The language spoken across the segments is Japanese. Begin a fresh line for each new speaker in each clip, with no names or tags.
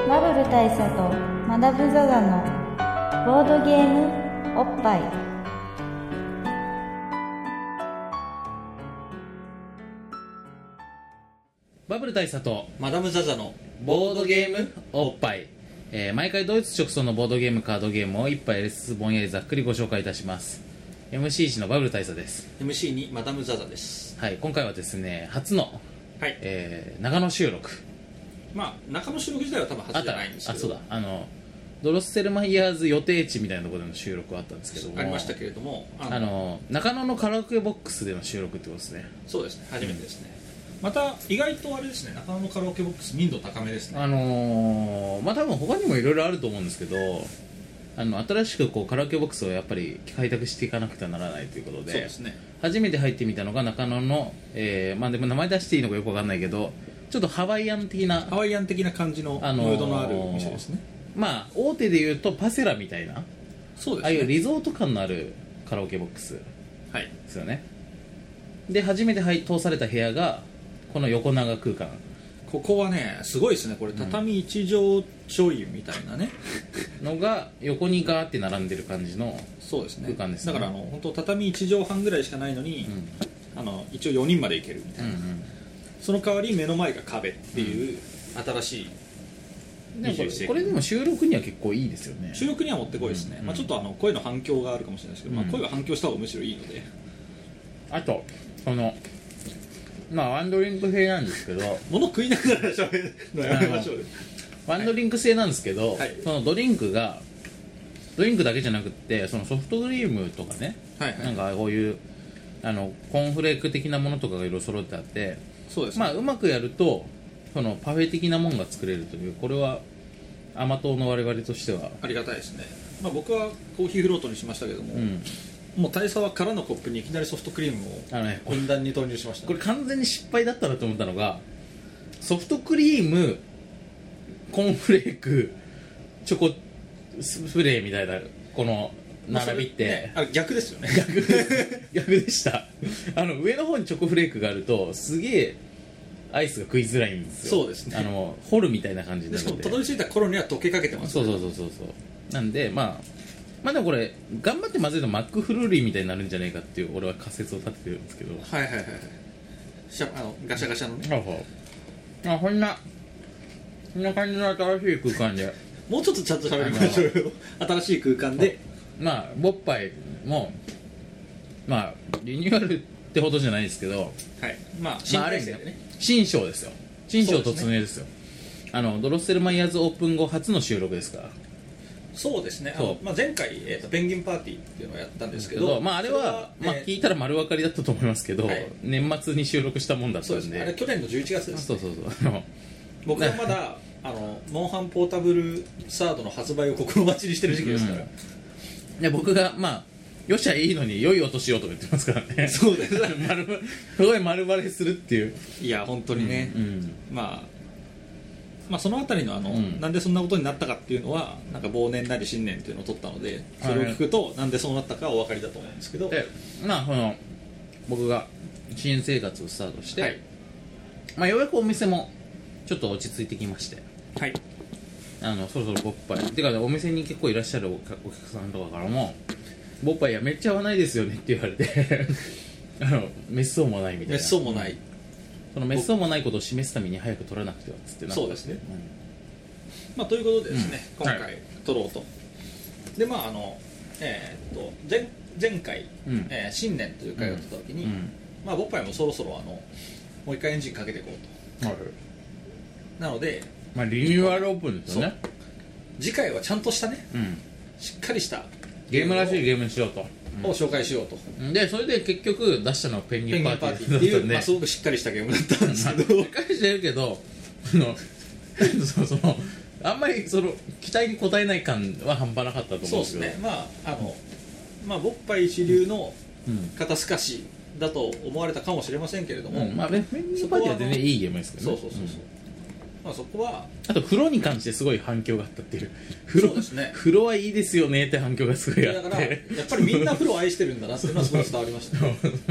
大佐とマダム・ザ・ザのボードゲームおっぱい
バブル大佐と
マダム・ザ・ザの
ボードゲームおっぱい、えー毎回ドイツ直送のボードゲームカードゲームを一杯やりつつぼんやりざっくりご紹介いたします MC1 のバブル大佐です
MC にマダム・ザ・ザです
はい今回はですね初の、
はい
えー長野収録
まあ中野収録自体は多分
あ
初
っ
じ
た
ゃ
ら
ないんですけ
あ
ど
そうだあのドロステルマイヤーズ予定地みたいなところでの収録はあったんですけども
ありましたけれどもあの
あの中野のカラオケボックスでの収録ってことですね
そうですね初めてですね、また意外とあれですね中野のカラオケボックス民度高めですね
あのーまあ多分他にもいろいろあると思うんですけどあの新しくこうカラオケボックスをやっぱり開拓していかなくてはならないということで
そうですね
初めて入ってみたのが中野の、えーまあでも名前出していいのかよくわかんないけどちょっとハワイアン的な
ハワイアン的な感じのム
あのー
ードのあるお店ですね、
まあ大手で言うとパセラみたいな
そう
ああい
です
う
ね
リゾート感のあるカラオケボックスで
はい
すよねで初めて入通された部屋がこの横長空間
ここはねすごいですねこれ畳一畳ちょいみたいなね、
のが横にガーって並んでる感じの
そうですね
空間ですね
だからあの本当畳一畳半ぐらいしかないのに、あの一応4人までいけるみたいな、その代わり目の前が壁っていう新しい
でもこ
21世紀
れこれでも収録には結構いいですよね
収録にはもってこいですね、
うん
まあ、ちょっとあの声の反響があるかもしれないですけど、ま
うん
あ、声が反響した方がむしろいいので、
あとこのまあワンドリンク制なんですけど
物食いながら喋るのやめま しょうよ
ワンドリンク制なんですけど、
はい
そのドリンクがドリンクだけじゃなくってそのソフトクリームとかね、
はいは
ないんかこういうあのコーンフレーク的なものとかがいろいろ揃ってあって
そうですね、
まあうまくやるとそのパフェ的なもんが作れるというこれは甘党の我々としては
ありがたいですね、まあ、僕はコーヒーフロートにしましたけども、
うん
もう大佐は空のコップにいきなりソフトクリーム
あのね
をふんだんに投入しました
これ完全に失敗だったなと思ったのがソフトクリームコーンフレークチョコスプレーみたいなこの
まあ
並びって、
それねあ逆です よね
逆です逆でしたあの上の方にチョコフレークがあるとすげえアイスが食いづらいんですよ
そうですね
あの掘るみたいな感じに
で
な
しか
る
も
んで
たどり着いた頃には溶けかけてます
そうそうそうそうそうなんでまあまあでもこれ頑張って混ぜるとマックフルーリーみたいになるんじゃないかっていう俺は仮説を立ててるんですけど
はいはいはいはいしゃあのガシャガシャのね
ああこんなこんな感じの新しい空間で
もうちょっとちゃんと喋りましょうよ新しい空間で
まあボッパイもまあリニューアルってほどじゃないですけど
はいまあ新
まあ、ある
体
意味
制でね
新章ですよ新章
そうです
突
ね
入ですよあのドロッセルマイヤーズオープン後初の収録ですから
そうですねあ
そ
の
う、
まあ、前回、えーとペンギンパーティーっていうのをやったんですけ
け
ど
どまああれは
それ
まあ、
えー
聞いたら丸分かりだったと思いますけど、
はい
年末に収録したもんだった
そうんです
で
ねあれ去年の11月です
そうそうそうあの
僕は まだあのモンハンポータブルサードの発売を心待ちにしてる時期ですから、
うんいや僕がまあよっしゃいいのに良い音しようとか言ってますからね
そうで す
丸ばすごい丸バレするっていう、
いや本当にね、
うん、
まあまあ、そのあたりのあの、
うん
なんでそんなことになったかっていうのはなんか忘年なり新年っていうのを取ったのでそれを聞くと、なんでそうなったかはお分かりだと思うんですけど、
でまあこの僕が新生活をスタートして、
はい
まあ、ようやくお店もちょっと落ち着いてきまして
はい、
あのそろそろボッパイてか、ね、お店に結構いらっしゃるお客お客さんとかからも「ボッパイやめちゃわないですよね」って言われて あの滅相もないみたい
滅
な
相もない、
その滅相もないことを示すために早く取らなくてはっつってな
そうですねまあ、ということでですね、
うん
今
は
回取ろうと、でまああのえーっと前前回、
うん
えー新年という会を取った時に、
うん
まあ、ボッパイもそろそろあのもう一回エンジンかけていこう
はい
となので
まあリニューアルオープンですよね
次回はちゃんとしたね
うん
しっかりした
ゲームらしい
い
ゲームにしようと、
を紹介しようと、
でそれで結局出したのはペンギ
ペン
ン
ギ
パー
ンパ
テ
ー
ィ
テ
ー
ィー
だっ
っていう、
た
まあ、
ね
すごくしっかりしたゲームだったんですけど
理解してるけどあの そうそうあんまりその期待に応えない感は半端なかったと思うんです
そう
け
で
ど
すねまああのまあボッパイ主流の
うん
肩透かしだと思われたかもしれませんけれども、
うん、まあ、ね、フェンギンパーティーは全然いいゲームですけど
そう
ね。
そうそうそう、
ん
まあ、そこは
あと、風呂に関してすごい反響があった っていう。風
そ
呂
うですね
風呂はいいですよねって反響がすごいあ
だ
っ
からや
て。
っぱりみんな風呂を愛してるんだなっていうのはすごい伝わりました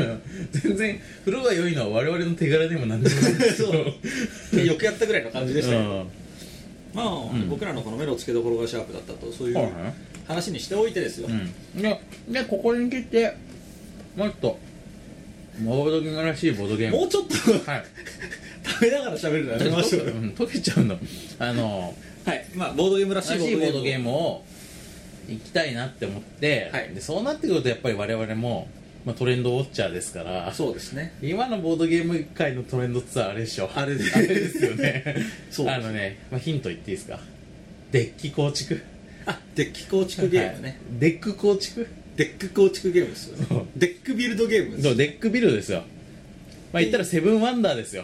全然、風呂が良い のは我々の手柄でもなんでもないんですけど。
でよくやったぐらいの感じでしたけど、
うん
まあ、
ん
僕らのこの目の付けどころがシャープだったとそうい
そう
う
ね
話にしておいてですよ、
うんででここに来てもっとボードゲームらしいボードゲーム
もうちょっと
はい
食べながら喋るのやめましょうよ
うん溶けちゃうのあの
はいまあボードゲームら
ら
し
し
い
いボードゲー
ム
ムを行きたいなって思って、
はい
でそうなってくるとやっぱり我々も、まあ、トレンドウォッチャーですから
そうですね
今のボードゲーム界のトレンドってさあれでしょ
あれで
ですよね
そうです
あのね、まあ、ヒント言っていいですかデッキ構築
あデッキ構築ゲームね、
はいデック構築
デック構築ゲームですよね
そう
デックビルドゲームです
そうデックビルドですよまあ言ったらセブンワンダーですよ、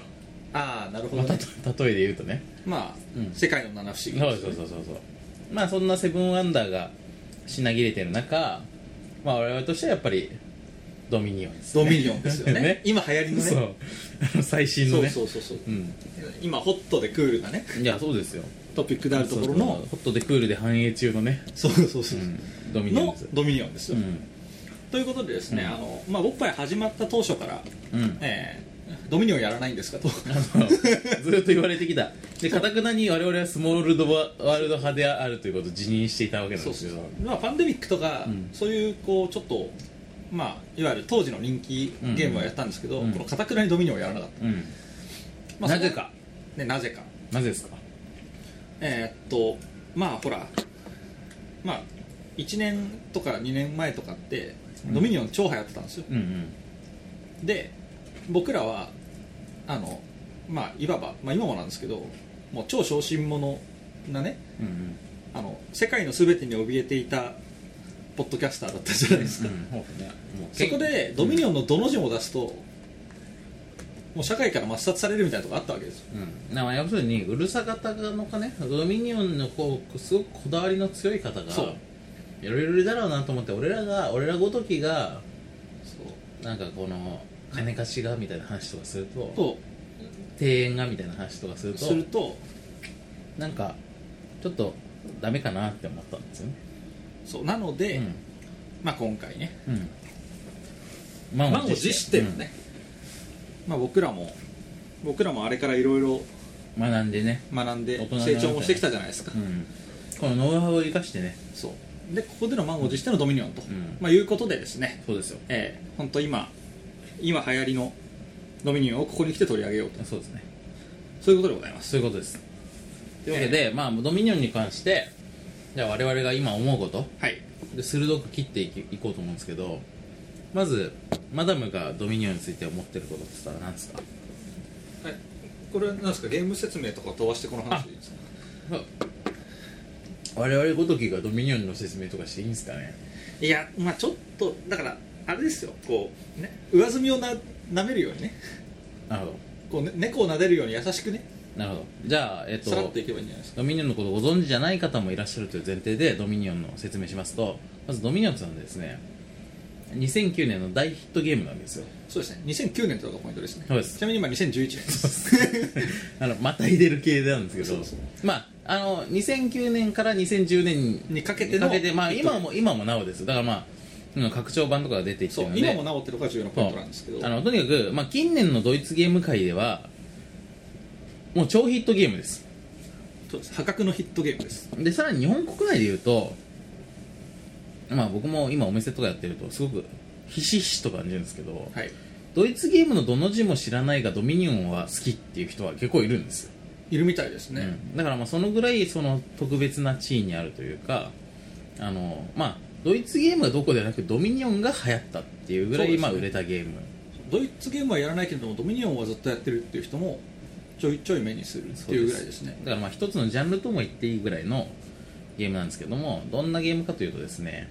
ああなるほ
ま
ど、
あ、た
ね、
と 例えで言うとね
まあ、
うん
世界の七不思議
そうそうそうそうそうまあそんなセブンワンダーが品切れてる中まあ我々としてはやっぱりドミニオンです
ドミニオンですよね
ね
今流行りのね
そうあの最新のね
そうそうそうそ
う
う
ん
今ホットでクールなね
いやそうですよ
トピックであるところ
そう
の
そうホットでクールで繁栄中のね、、
そうそうそううん
ドミニオン
の
です
ドミニオンです
う
よ、
ん
ということでですね、
うん
あのまあボッパイ始まった当初から、
うん
えードミニオンやらないんですかと
あのずっと言われてきたでかたくなに我々はスモールドワワールド派であるということを辞任していたわけなん
そ
で
う
す
そ
け
う
ど
そうまあパンデミックとか、
うん
そういうこうちょっとまあいわゆる当時の人気ゲームはやったんですけど、
うん
このかたくなにドミニオンやらなかった、
うん
まあ、
なぜか
ねなぜか
なぜですか
えーっとまあほらまあ1年とか2年前とかって、
うん
ドミニオン超流行ってたんですよ
うんうん
で僕らはあのまあいわば、まあ、今もなんですけどもう超小心者なね
うんうん
あの世界の全てに怯えていたポッドキャスターだったじゃないですか、
うんそうねもう
そこでドミニオンのどの字も出すと、もう社会から抹殺されるみたいなとこあったわけですよ
うん、だから要するにうるさ方のかねドミニオンのこうすごくこだわりの強い方が
そう
いろいろだろうなと思って俺らが俺らごときがなんかこの金貸しがみたいな話とかすると
と
庭園がみたいな話とかすると
すると
なんかちょっとダメかなって思ったんですよね
そうなので、
うん
まあ、今回ね
うん満
満を持しての、ね、まあ、僕らも僕らもあれからいろいろ
うん学んでね、
学んで
大人になる
成長もしてきたじゃないですか、
うん、このノウハウを生かしてね
そうでここでの満を持してのドミニオンと、
ん
まあ、いうことでですね、
そうですよ
えー、本当今今流行りのドミニオンをここに来て取り上げようと
そうですね
そういうことでございます
そういうことですというわけで、まあドミニオンに関してじゃあ我々が今思うこと
はい
で鋭く切っていきいこうと思うんですけどまずマダムがドミニオンについて思ってることって言ったら何ですか
はい、これなんですかゲーム説明とか飛ばしてこの話でいいですか
我々ごときがドミニオンの説明とかしていいんですかね
いやまあちょっとだからあれですよこうね上積みをな舐めるようにね
なるほど
こうね猫を撫でるように優しくね
なるほどじゃあえっと
さらっといけばいいんじゃないですか
ドミニオンのことをご存知じゃない方もいらっしゃるという前提でドミニオンの説明しますとまずドミニオンっていうのはですね2009年の大ヒットゲームなんですよ
そうですね2009年とかがポイントですね
そうです
ちなみに今2011年です
あのまた入れる系なんですけど
そうそう
まああの2009年から2010年
にかけて
に
の
かけて、まあ、今も今もなおですだからまあうん拡張版とかが出てきて
そ
る
う
ので
今もなおってのが重要なポイントなんですけど
あのとにかく、まあ、近年のドイツゲーム界ではもう超ヒットゲームです
そうです破格のヒットゲームです
でさらに日本国内でいうとまあ僕も今お店とかやってるとすごくひしひしと感じるんですけど、
はい
ドイツゲームのどの字も知らないがドミニオンは好きっていう人は結構いるんですよ
いるみたいですね、
うんだからまあそのぐらいその特別な地位にあるというかあのまあドイツゲームはどこではなくドミニオンが流行ったっていうぐらい、
そうです
ま
ね
あ売れたゲーム
ドイツゲームはやらないけれどもドミニオンはずっとやってるっていう人もちょいちょい目にするっていうぐらいですね
だからまあ一つのジャンルとも言っていいぐらいのゲームなんですけどもどんなゲームかというとですね、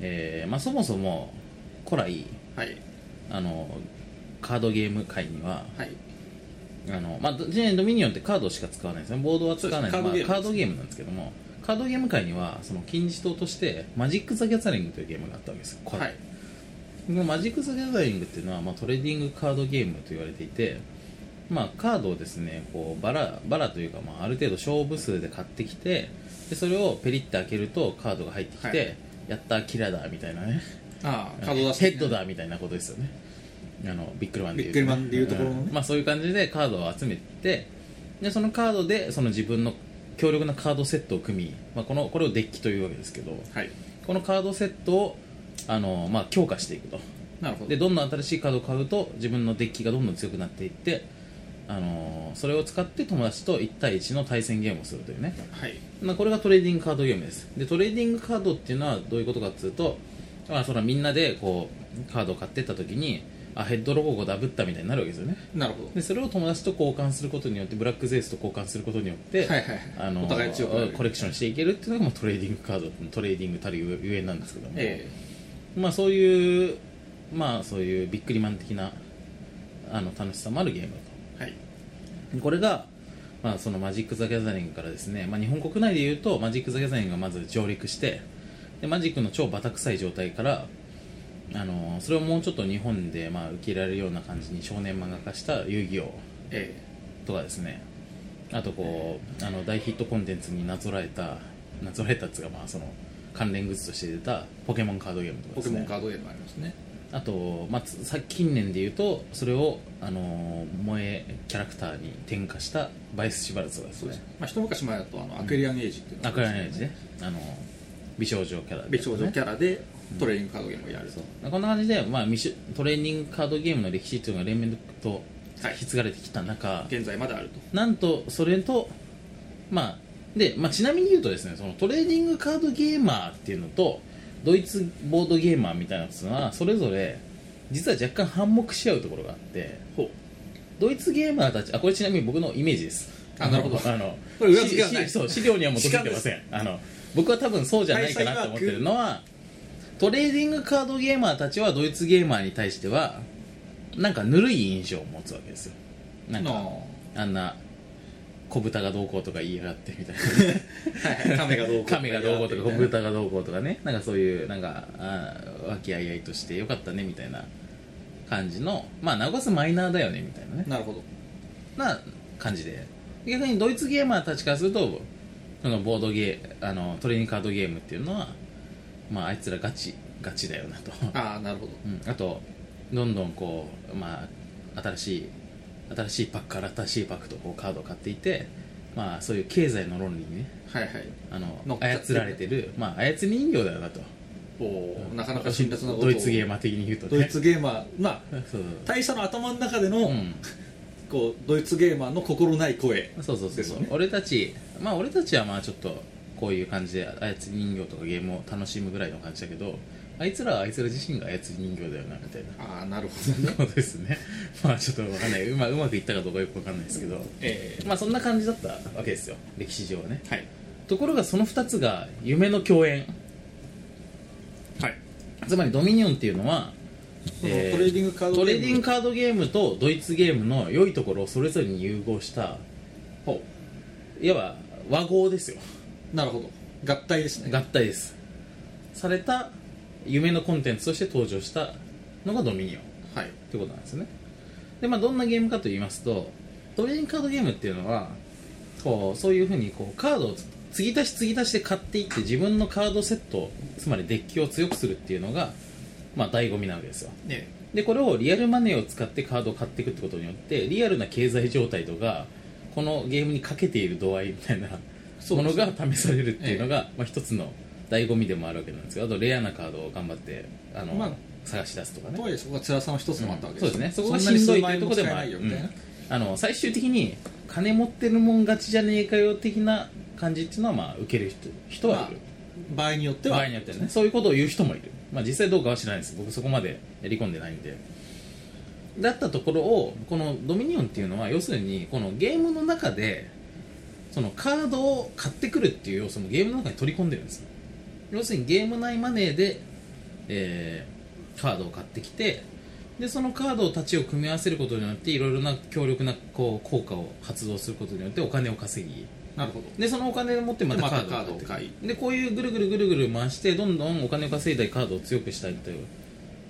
えーまあ、そもそも古来
はい
あのカードゲーム界には
はい
あの、まあ、ドドミニオンってカードしか使わないんですねボードは使わない
そうです
まあ、カ
カ
ー
ー
ド
ド
ゲームなんですけどもカードゲーム界にはその金字塔としてマジック・ザ・ギャザリングというゲームがあったわけですよこれ
はい
このマジック・ザ・ギャザリングっていうのは、まあ、トレーディングカードゲームと言われていて、まあ、カードをですねこうバラバラというか、まあ、ある程度勝負数で買ってきてでそれをペリッて開けるとカードが入ってきて、
はい
やったキラだみたいなね
ああカード出す
ヘッドだみたいなことですよねあのビックリマンでいうと
ビックリマンでいうところのね
んまあ、そういう感じでカードを集めてでそのカードでその自分の強力なカードセットを組み、まあ、このこれをデッキというわけですけど
はい
このカードセットをあの、まあ、強化していくと
なるほ
で
ど
どんどん新しいカードを買うと自分のデッキがどんどん強くなっていって、あのそれを使って友達と1対1の対戦ゲームをするというね、
はい
まあ、これがトレーディングカードゲームですでトレーディングカードっていうのはどういうことかっていうと、まあ、そのみんなでこうカードを買っていった時にあヘッドロゴをダブったみたいになるわけですよね
なるほど
でそれを友達と交換することによってブラックゼースと交換することによって、
はいはいはい
あの
お互い強くなる
コレクションしていけるっていうのがもうトレーディングカードトレーディングたるゆえんなんですけども、
え
まあ、そういう、まあ、そういうビックリマン的なあの楽しさもあるゲームだ
えはい
とこれが、まあ、そのマジック・ザ・ギャザリングからですね、まあ、日本国内でいうとマジック・ザ・ギャザリングがまず上陸してでマジックの超バタ臭い状態からあのそれをもうちょっと日本で、まあ、受け入れられるような感じに少年漫画化した遊戯王
え
とかですねあとこうあの大ヒットコンテンツになぞらえたなぞらえたっつうかまあその関連グッズとして出たポケモンカードゲームとか
えポ
で
ケ
す
モ
ね
ンカードゲームありますね
あと、まあ、つさ近年で言うとそれを、あのー萌えキャラクターに転化したバイス・シバルツがです
そうで
ね
すまあ一昔前だとあのアクエリアンエイジっていうのが
アクアライジね、あのー美少女キャラ、ね、
美少女キャラでトレーニングカードゲームをやると、
そうこんな感じで、まあ、ミシュトレーニングカードゲームの歴史というのが連綿と
はい
引き継がれてきた中、
現在まであると
なんとそれと、まあでまあ、ちなみに言うとですねそのトレーディングカードゲーマーっていうのとドイツボードゲーマーみたいなやつはそれぞれ実は若干反目し合うところがあってドイツゲーマーたちあこれちなみに僕のイメージです
あなるほど
あの
これ裏付けは
し
ない
そう資料にはもう届いてませんあの僕は多分そうじゃないかなと思ってるのはトレーディングカードゲーマーたちはドイツゲーマーに対してはなんかぬるい印象を持つわけですよなんか
の
あんな小豚がどうこうとか言いやがって みたいな
亀がどうこう
亀がどうこうとか小
みたい
豚がどうこうとかねなんかそういうなんかあー和気あいあいとしてよかったねみたいな感じのまあなおかつマイナーだよねみたいなね
ななるほど
な感じで逆にドイツゲーマーたちからするとそのボードゲーあのトレーニングカードゲームっていうのはまああいつらガチガチだよなと
ああなるほど
うん、あとどんどんこう、まあ、新しい新しいパックから新しいパックとこうカードを買っていて、まあ、そういう経済の論理にね
はいはい
あ
乗
の
っかって
操られてる、まあ、操り人形だよなと
おーなかなか辛辣なことを
ドイツゲーマー的に言うとね
ドイツゲーマーまあ
そう
大佐の頭の中での、
うん
こうドイツゲーマーの心ない声
そうそうそう
です
そう、
よね
俺たちまあ俺たちはまあちょっとこういう感じで操り人形とかゲームを楽しむぐらいの感じだけどあいつらはあいつら自身が操り人形だよなみた いな
ああなるほどね
そうですねまあちょっとわかんないうまうまくいったかどうかよくわかんないですけど
ええ
まあそんな感じだったわけですよ歴史上はね
はい
ところがその2つが夢の共演
はい
つまりドミニオンっていうのは、
そのトレーディングカード
トレ
ゲーム
ーディングカードゲームとドイツゲームの良いところをそれぞれに融合した
ほ
いわば和合ですよ
うなるほど合体ですね
合体ですされた夢のコンテンツとして登場したのがドミニオン
はい
ってことなんですねでまあどんなゲームかと言いますとトレーニングカードゲームっていうのはこうそういうふうにこうカードを継ぎ足し継ぎ足して買っていって自分のカードセットつまりデッキを強くするっていうのがまあ醍醐味なわけですよ
ね
でこれをリアルマネーを使ってカードを買っていくってことによってリアルな経済状態とかこのゲームにかけている度合いみたいな
そう
も
で
の
すね
が試されるっていうのが、まあ、一つの醍醐味でもあるわけなんですけどあとレアなカードを頑張ってあの、
まあ
探し出すとかね
とはいえそこが辛さの一つでもあったわけ
そうですねそこが
ん
し
なに
んど
数
いとい
万
う
円
ところでもあ
使えない
る
よみたいな、
うんあの最終的に金持ってるもん勝ちじゃねえかよ的な感じっていうのはまあ受ける人人はいる、
場合によっては
場合によってはねそういうことを言う人もいる、まあ、実際どうかは知らないです僕そこまでやり込んでないんでだったところをこのドミニオンっていうのは要するにこのゲームの中でそのカードを買ってくるっていう要素もゲームの中に取り込んでるんですよ要するにゲーム内マネーで、えーカードを買ってきてでそのカードたちを組み合わせることによっていろいろな強力なこう効果を発動することによってお金を稼ぎ
なるほど
でそのお金を持ってまたカードを買っ
また
て
カードを買い
でこういうぐるぐるぐるぐる回してどんどんお金を稼いだりカードを強くしたりという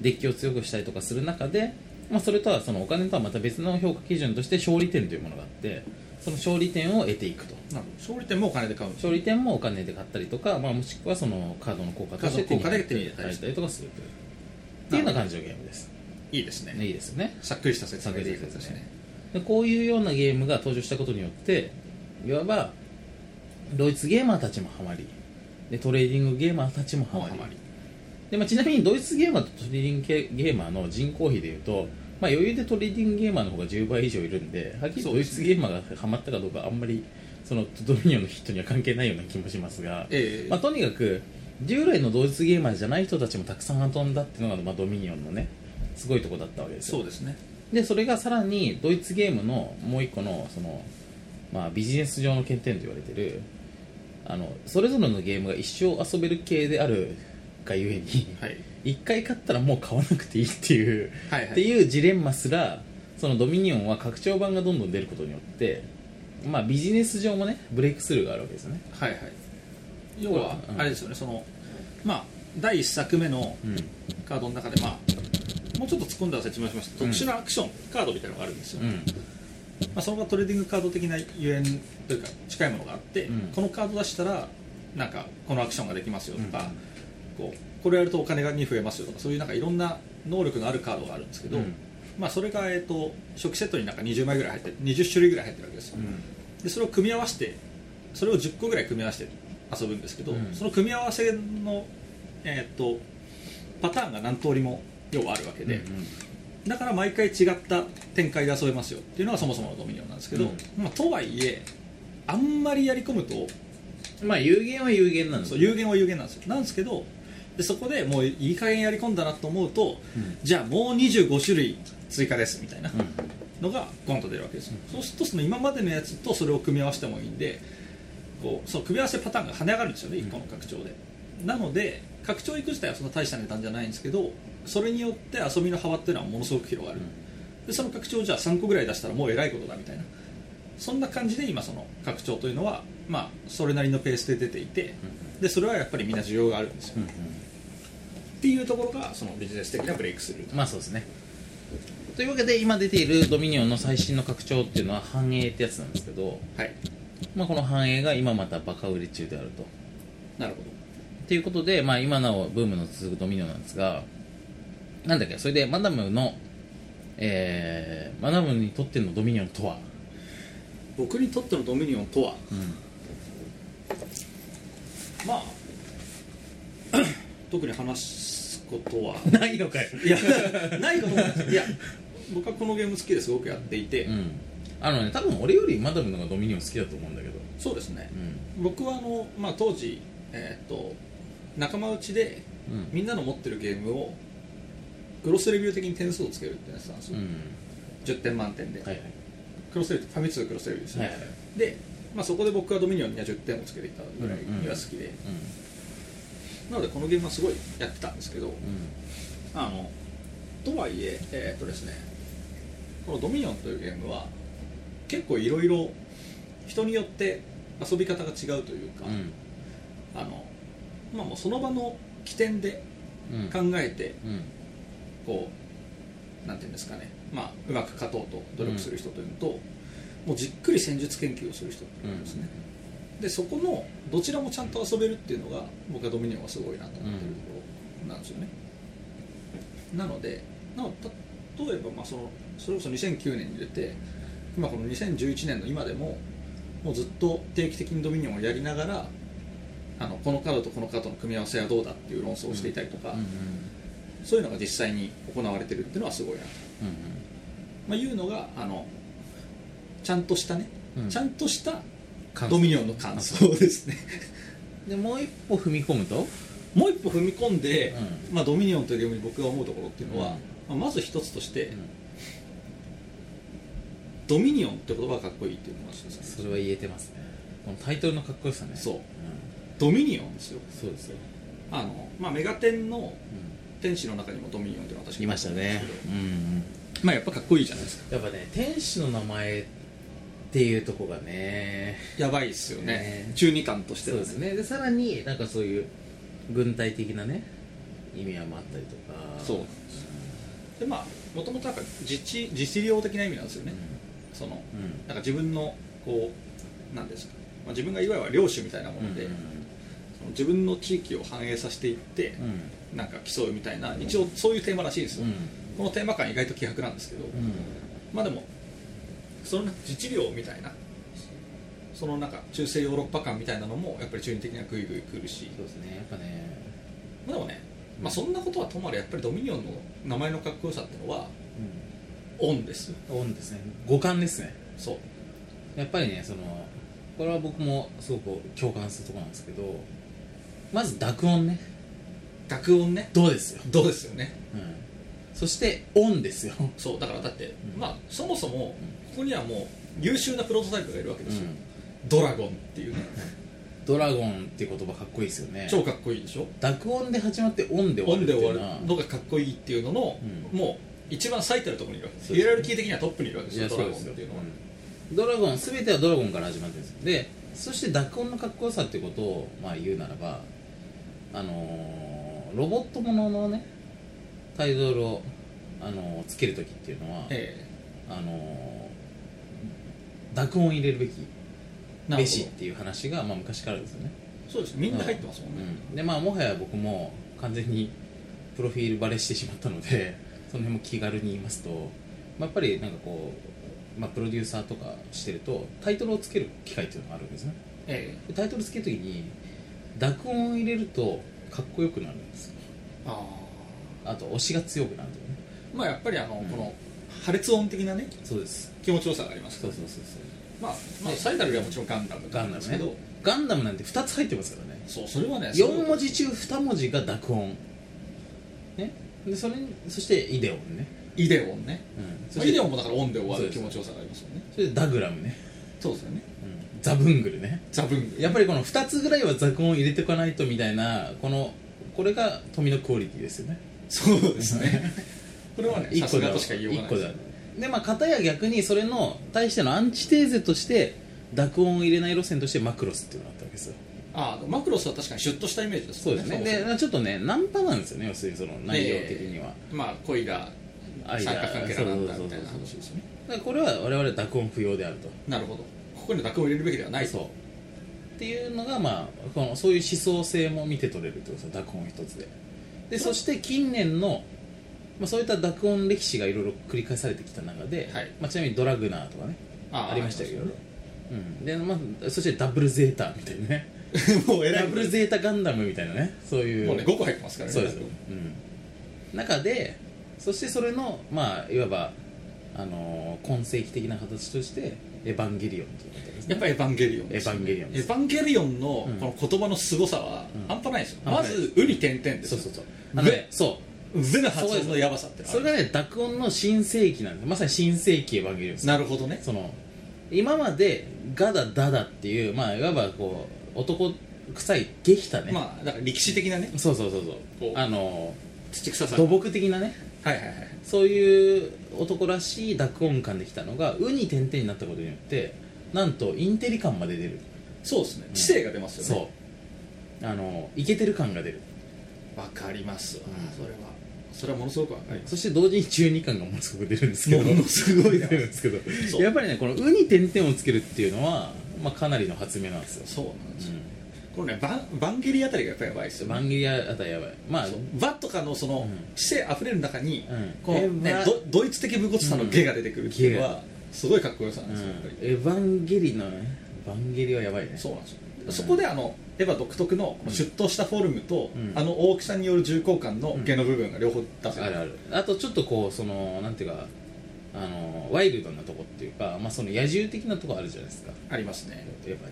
デッキを強くしたりとかする中で、まあ、それとはそのお金とはまた別の評価基準として勝利点というものがあってその勝利点を得ていくと
なるほど勝利点もお金で買うんです
勝利点もお金で買ったりとか、まあ、もしくはそのカードの効果として
カードの効果で
手に入れたりとかするというっていうような感じのゲームです、
いいですね
いいですよね
さっくりした説明でいいです
さっくりした説
ね
でこういうようなゲームが登場したことによっていわばドイツゲーマーたちもハマりでトレーディングゲーマーたちもハマり
ハマり
で、まあ、ちなみにドイツゲーマーとトレーディングゲーマーの人口比でいうと、まあ、余裕でトレーディングゲーマーの方が10倍以上いるんではっきりドイツゲーマーがハマったかどうかあんまりそのドミニオンのヒットには関係ないような気もしますが、
ええ
まあ、とにかく従来のドイツゲーマーじゃない人たちもたくさん遊んだっていうのが、まあ、ドミニオンのねすごいとこだったわけですよ
そうですね
でそれがさらにドイツゲームのもう一個のその、まあ、ビジネス上の欠点と言われてるあのそれぞれのゲームが一生遊べる系であるがゆえに、
はい
一回買ったらもう買わなくていいっていう、
はいはい
っていうジレンマすらそのドミニオンは拡張版がどんどん出ることによって、まあ、ビジネス上もねブレイクスルーがあるわけですよね
はいはい要は
うん
あれですよねそのまあ第1作目の
うん
カードの中でまあもうちょっと突っ込んだ説明をしました
うん
特殊なアクション、カードみたいなのがあるんですよ、
うん
まあ、そのがトレーディングカード的なゆえんというか近いものがあって、
うん
このカード出したらなんかこのアクションができますよとか、こうこれやるとお金がに増えますよとかそういうなんかいろんな能力のあるカードがあるんですけど、
うん
まあ、それが、えー、と初期セットになんか20枚ぐらい入って20種類ぐらい入ってるわけですよ、でそれを組み合わせてそれを10個ぐらい組み合わせて遊ぶんですけど、
うん
その組み合わせの、えー、とパターンが何通りも要はあるわけで、
うん
だから毎回違った展開で遊べますよっていうのがそもそものドミニオンなんですけど、
うん
まあ、とはいえあんまりやり込むと
うんまあ有限は有限なんです
そう
よ、
有限は有限なんですよなんですけどでそこでもういい加減やり込んだなと思うと
うん
じゃあもう25種類追加ですみたい
う
な
ん
のがゴンと出るわけですよ、そうするとその今までのやつとそれを組み合わせてもいいんでこうその組み合わせパターンが跳ね上がるんですよね1個の拡張で、なので拡張いく自体はそんな大した値段じゃないんですけどそれによって遊びの幅っていうのはものすごく広がる、でその拡張をじゃあ3個ぐらい出したらもうえらいことだみたいなそんな感じで今その拡張というのは、まあ、それなりのペースで出ていてでそれはやっぱりみんな需要があるんですよ、
うんうん
っていうところがそのビジネス的なブレイクスルー
まあそうですねというわけで今出ているドミニオンの最新の拡張っていうのは繁栄ってやつなんですけど、
はい
まあ、この繁栄が今またバカ売れ中であると
なるほど
ということで、まあ、今なおブームの続くドミニオンなんですがなんだっけそれでマダムのえー、マダムにとってのドミニオンとは、
僕にとってのドミニオンとはまあ 特に話すことは
ないのかよ
いやないことなんですいや僕はこのゲーム好きですごくやっていて、
うんあのね多分俺よりマダムの方がドミニオン好きだと思うんだけど
そうですね
う、ん
僕はあの、まあ、当時、えーっと仲間内で
うん
みんなの持ってるゲームをグロスレビュー的に点数をつけるってやつなんです
う
よ、
ん
10点満点で、
はいはい
クロスレビューってファミ通クロスレビューですね、
はいはい
で、まあ、そこで僕はドミニオンには10点をつけていたぐらいには好きで、なのでこのゲームはすごいやってたんですけど、
う
あのとはいええーっとですねこの「ドミニオン」というゲームは結構いろいろ人によって遊び方が違うというか、
んうん
あのまあ、もうその場の起点で
うん
考えて
うん
こうなんていうんですかね、まあ、うまく勝とうと努力する人というのと、もうじっくり戦術研究をする人というのですね、でそこのどちらもちゃんと遊べるっていうのが僕はドミニオンはすごいなと思ってるところなんですよね、なのでなおた例えばまあそのそれこそ2009年に出て今この2011年の今でももうずっと定期的にドミニオンをやりながらあのこのカードとこのカードの組み合わせはどうだっていう論争をしていたりとか、
うんうん
そういうのが実際に行われてるっていうのはすごいなと、
うん
まあ、いうのがあのちゃんとしたね、
うん
ちゃんとした
感想
ドミニオンの感想ですね
うんでもう一歩踏み込むと
もう一歩踏み込んで、
う
まあ、ドミニオンというゲームに僕が思うところっていうのは、まあ、まず一つとして、ドミニオンって言葉がかっこいいっていうのが一つです
それは言えてますねこのタイトルのかっこよさね
そうんドミニオンですよ
そうですよ、
あの、まあ、メガテンの
う
天使の中にもドミニオンっていうのは確か
いましたねうん、うん、
まあやっぱかっこいいじゃないですか
やっぱね天使の名前っていうとこがね
やばいっすよね
ね
中二感として
そう
は
ですねでさらになんかそういう軍隊的なね意味合いもあったりとか
そうなんですでまあもともとなんか自治自治療的な意味なんですよね、その
うんうん
なんか自分のこうなんですか、まあ、自分がいわゆる領主みたいなもので、その自分の地域を反映させていって、
うんうん
なんか競うみたいな一応そういうテーマらしいんです
う
よ、
ん
このテーマ感意外と希薄なんですけど、
うん
まあでもその自治療みたいなそのなんか中世ヨーロッパ感みたいなのもやっぱり中二的なグイグイ来るし
そうですねやっぱね
まあでもね、まあ、そんなことはともあれやっぱりドミニオンの名前のかっこよさっていうのはオンです
オンですね五感ですね
そう
やっぱりねそのこれは僕もすごく共感するところなんですけどまず濁音ね
濁音ね
どうですよ、
どうですよね
うん、そしてオンですよ、
そうだからだって、
うん
まあそもそもここにはもう優秀なプロトタイプがいるわけですよ、ドラゴンっていうね
ドラゴンっていう言葉かっこいいですよね
超かっこいいでしょ
濁音で始まってオンで終
オ
わる
ン
っ
で
てい
終わ
う
る
のは
のがかっこいいっていうのの、
うん
もう一番最たるところにいるわけです
そうです
ヒエラルキー的にはトップにいるわけで
い
すよ
や
ド
そ
ラ
うで
ゴンっ
すよ
ていうのは、
ドラゴン全てはドラゴンから始まってるんですよでそして濁音のかっこよさっていうことを、まあ、言うならばあのーロボットもののねタイトルを、あのーつけるときっていうのは、
え
あのー濁音入れるべき
えなる
べ
ほ
しっていう話が、まあ、昔からですよね、
どそうですみんな入ってますもんね、
うん、でまあもはや僕も完全にプロフィールバレしてしまったので その辺も気軽に言いますと、まあ、やっぱりなんかこう、まあ、プロデューサーとかしてるとタイトルをつける機会っていうのがあるんですね
ええ
でタイトルつけるときに濁音を入れるとかっこよくなるんですよ
あ
あと推しが強くなるとかね
あまあやっぱりあの、
うん
この破裂音的なね
そうです
気持ちよさがあります
そ
か
う
ら
そうそうそう
まあ、まあ、
ね
最たるはもちろんガンダム
ガ
な
ン
ん
ダ
で
ム
すけ
ね
ど、
ガンダムなんて2つ入ってますからね
そうそれはね
4文字中2文字が濁音ねでそれにそしてイデオンね、
イデオンね
うん、そ
それ
して
イデオンもだからオンで終わ
そう
る
です
気持ちよさがありますよね
それでダグラムね、
そうですよね
ザブングルね
ザブング
やっぱりこの2つぐらいは濁音を入れておかないとみたいなこのこれが富のクオリティですよね
そうで すねこれはねさすがとしか言いようが
1
ない
個
です
だでまあ片や逆にそれの対してのアンチテーゼとして濁音を入れない路線としてマクロスっていうのがあったわけですよ
ああマクロスは確かにシュッとしたイメージです
そうですね
そも
でちょっとねナンパなんですよね要するにその内容的には、
そもまあ恋が三
愛だ
角関係だなんだみたい
そ
な
うそう
話
そう
ですね
だからこれは我々濁音不要であると
なるほどここに濁音を入れるべきではない
そう
と
っていうのが、まあ、このそういう思想性も見て取れるってことですよ濁音一つででそして近年の、まあ、そういった濁音歴史がいろいろ繰り返されてきた中で、
はい
まあ、ちなみにドラグナーとかね
あ
あ
あ
りましたけど、
あり
うん、でまあ、そしてダブルゼータみたいなね
もう
ダ
偉い
ブルゼータガンダムみたいなねそういう
もうね5個入ってますからね
そうですよ、うん、中でそしてそれのまあいわばあのー今世紀的な形としてエヴァンゲリオンということですね
やっぱエヴァンゲリオンです
エヴァンゲリオン
エ
で
ヴ
す
ァンゲリオンの
うん
この言葉の凄さは
うん
半端ないですよ
半
ま
端ない
ず「う」に点々です
そう
よ
そうそうあのね
で
そう
「う」の発音のやばさってのは
それがね濁音の新世紀なんですまさに新世紀エヴァンゲリオンです
なるほどね
その今までガダダダっていうまあいわばこう男臭いゲヒタね、
まあだから歴史的なね
そうそうそうそ
こ
う
う
あの
土臭さ
ー土木的なね
はいはいはい
そういう男らしい濁音感できたのが「う」に点々になったことによってなんとインテリ感まで出る
そうですね知性が出ますよね
そうあのイケてる感が出る
わかりますわ、
うん
それはそれはものすごくわかります、
そして同時に中二感がものすごく出るんですけど
ものすご いな
出るんですけど
そう
やっぱりねこの「う」に点々をつけるっていうのは、まあ、かなりの発明なんですよ、
そうなんですよ、
う
このねバンバンゲリあたりがやっぱりやばいです
ん、
よ
バンギリアあたりやばいまあ
そうバとかのその
うん
知性あふれる中に、
うん
この、
え
ね
バ、
ドドイツ的無骨さの「ゲ」が出てくるっていうのは、すごいかっこよさな
う
んで
ん
すよ、やっぱり
エヴァンゲリのねエヴァンゲリはやばいね
そうなんですよ、
うん
そこであのエヴァ独特のシュッとしたフォルムと、
うん
あの大きさによる重厚感の毛の部分が両方出せる、
あるあるあとちょっとこうそのなんていうかあのワイルドなとこっていうか、まあ、その野獣的なとこあるじゃないですか
ありますね
エヴァには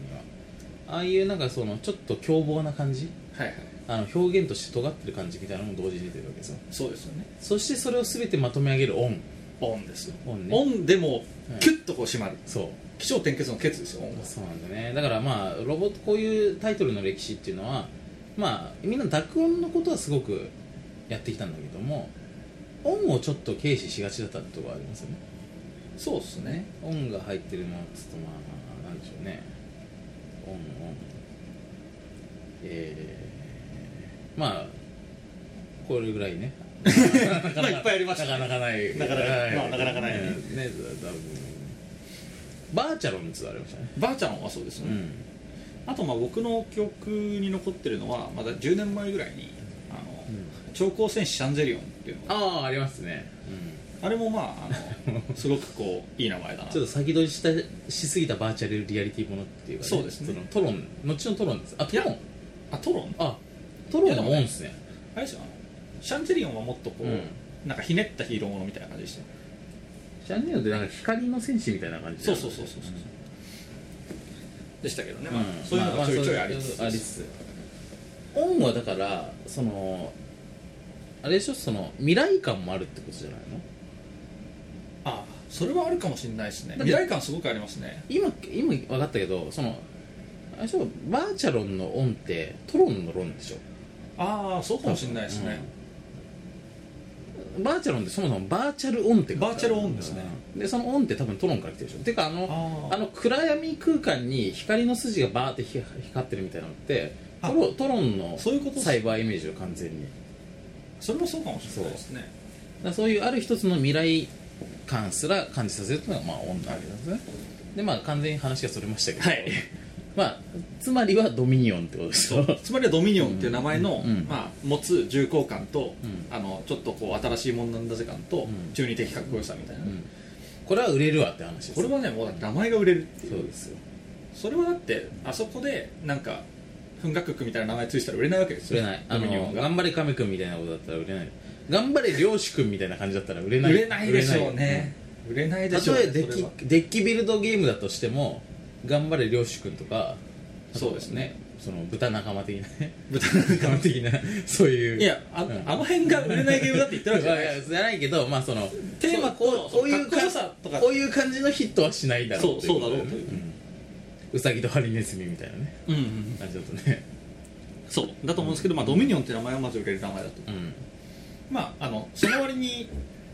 ああいうなんかそのちょっと凶暴な感じ
はいはい
あの表現として尖ってる感じみたいなのも同時に出てるわけですよ
そうですよね
そしてそれを全てまとめ上げるオン
オンですよ
オンね
オンでも
はい
キュッとこう締まる
そう
起承転結の「結」ですよオンは
そうなんだねだからまあロボットこういうタイトルの歴史っていうのはまあみんな濁音のことはすごくやってきたんだけどもオンをちょっと軽視しがちだったってところありますよね
そうですね
オンが入ってるのはちょっとまあなんでしょうねオンオンえー、まあこれぐらい ね
まあいっぱいありましたね
なかなかない
なかなか
は
まあなかなかない
ねねだだぶバーチャロンっつうのありましたね
ばあちゃんはそうです
う
ね、
ん
あとまあ僕の記憶に残ってるのはまだ10年前ぐらいにあの、
うん
超高戦士シャンゼリオンっていうのが
ああありますねうん
あれもまああのすごくこういい名前だな
ちょっと先取りしたしすぎたバーチャルリアリティものっていうか、
そうですね
のトロン後のトロンですあトロン
あトロン
あトロン
いやで
が
も
オ
ね
ンっすね
あれじゃんシャンゼリオンはもっとこう、
うん
なんかひねったヒーローものみたいな感じでしたよ
シャンネルってなんか光の戦士みたいな感じ
そうそうそうそうそう、でしたけどね、まあ
ん
そういうのがちょいちょいあり
まあまあそうい
つ
うのがありつ
つ
つオンはだからそのあれでしょその未来感もあるってことじゃないの
あそれはあるかもしれないですね
だって
未来感すごくありますね
今今分かったけどそのあれでしょバーチャロンのオンってトロンのロンでしょ
ああそうかもしれないですね、
バーチャロンってそもそもバーチャルオンって書いてある
バーチャルオンですね
でそのオンって多分トロンから来てるでしょてかあの
あー
あの暗闇空間に光の筋がバーってひ光ってるみたいなのってトロトロンの
そういうことっす
サイバーイメージを完全にだか
それもそうかもしれないですね
らそういうある一つの未来感すら感じさせるっていうのがまあオンなわけですねでまあ完全に話がそれましたけど、
はい
まあつまりはドミニオンってことですよ
つまりはドミニオンっていう名前の、
うんうん
まあ、持つ重厚感と、
うん
あのちょっとこう新しいもんなんだぜ感と、
ん
中二的かっこよさみたいな、
うんこれは売れるわって話です
これはねもうだって名前が売れるってい
そううですよ
それはだってあそこでなんか文学区みたいな名前ついてたら売れないわけです
売
よ
れないあ
ドミニオン
の
が
頑張れ亀くんみたいなことだったら売れない頑張れ漁師くんみたいな感じだったら売れない
売れないでしょうね売れない
売れな
で
い
しょうね
例えばデッ
そ
キ
れは
デッキビルドゲームだとしても頑張れ漁師くんとか
そうですね
その豚仲間的なね
豚なん
仲間
か
的な そういう
い
い
やあ,、あの辺が売れないゲームだって言ってるわけじゃないです
じゃないけどまあその
テーマ
こう
そう
こういう
かっこ
感
よさとか
こういう感じのヒットはしないだろう
そう
といこと
そうだろうというん
うさぎとハリネズミみたいなね
うんうん
感じだとね
そうだと思うんですけど、まあ、ドミニオンって名前はまず売れる名前だと
うん
まあ、あのその割に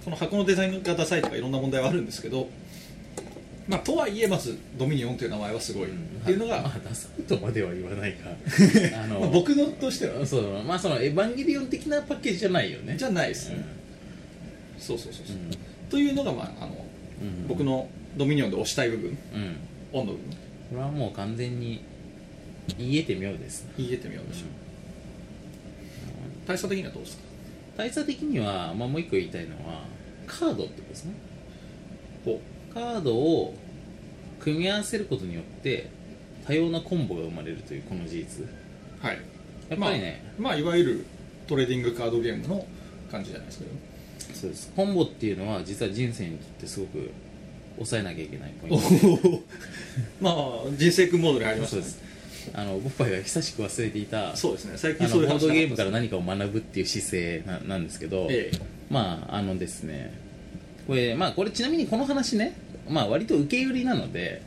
この箱のデザインがダサいとかいろんな問題はあるんですけど、まあ、とはいえまずドミニオンという名前はすごいっていうのが、
まあ、ダサいとまでは言わないか あの
まあ僕のとしては
そうまあそのエヴァンゲリオン的なパッケージじゃないよね
じゃないですね、そうそうそうそう、というのが、まあ、あの
うん
僕のドミニオンで推したい部分
うん
オンの部分
これはもう完全に言えて妙ですね
言えてみようでしょう対策的にはどうですか
対策的には、まあ、もう一個言いたいのはカードってことですね
ほ
カードを組み合わせることによって多様なコンボが生まれるというこの事実
うはい
やっぱりね、
まあ、まあいわゆるトレーディングカードゲームの感じじゃないですけど
そうですコンボっていうのは実は人生にとってすごく抑えなきゃいけないポイン
お
ト
お まあ人生君モードに入りまし
そ
た
う
ね
ですあのボッパイが久しく忘れていた
そうですね最
あ
近
の
そういう
ボ
話
ードゲーム
な
か
かっ
ら何かを学ぶっていう姿勢ななんですけど、
たですえ
まああのですねこれ,、まあ、これちなみにこの話ね、まあ、割と受け売りなので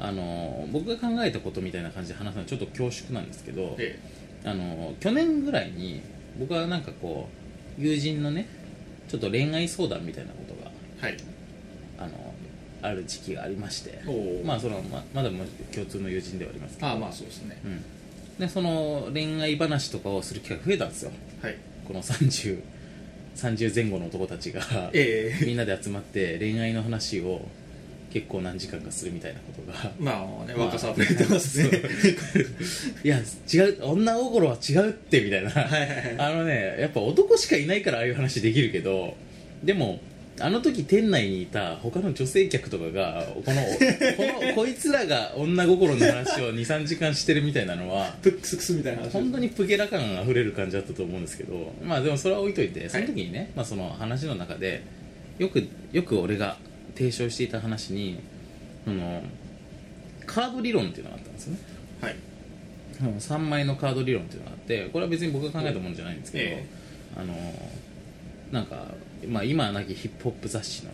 あの僕が考えたことみたいな感じで話すのはちょっと恐縮なんですけど
え、え
あの去年ぐらいに僕はなんかこう友人のねちょっと恋愛相談みたいなことが
えはい
あのある時期がありまして
おー
まあそのままだもう共通の友人ではありますけど
ああまあそうですね
うん、でその恋愛話とかをする機会が増えたんですよ
はい
この3030前後の男たちが
ええ
みんなで集まって恋愛の話を結構何時間かするみたいなことが
まあね
まあ
若さあふれてますね
いや違う女心は違うってみたいな
はいはい
あのねやっぱ男しかいないからああいう話できるけどでもあの時店内にいた他の女性客とかがこのこのこいつらが女心の話を23時間してるみたいなのは
プックスクスみたいな話
本当にプゲラ感あふれる感じだったと思うんですけどまあでもそれは置いといてその時にね、まあ、その話の中でよくよく俺が提唱していた話にあのカード理論っていうのがあったんですよね
はい
3枚のカード理論っていうのがあってこれは別に僕が考えたものじゃないんですけど、
え
あのなんか、まあ、今はなきヒップホップ雑誌の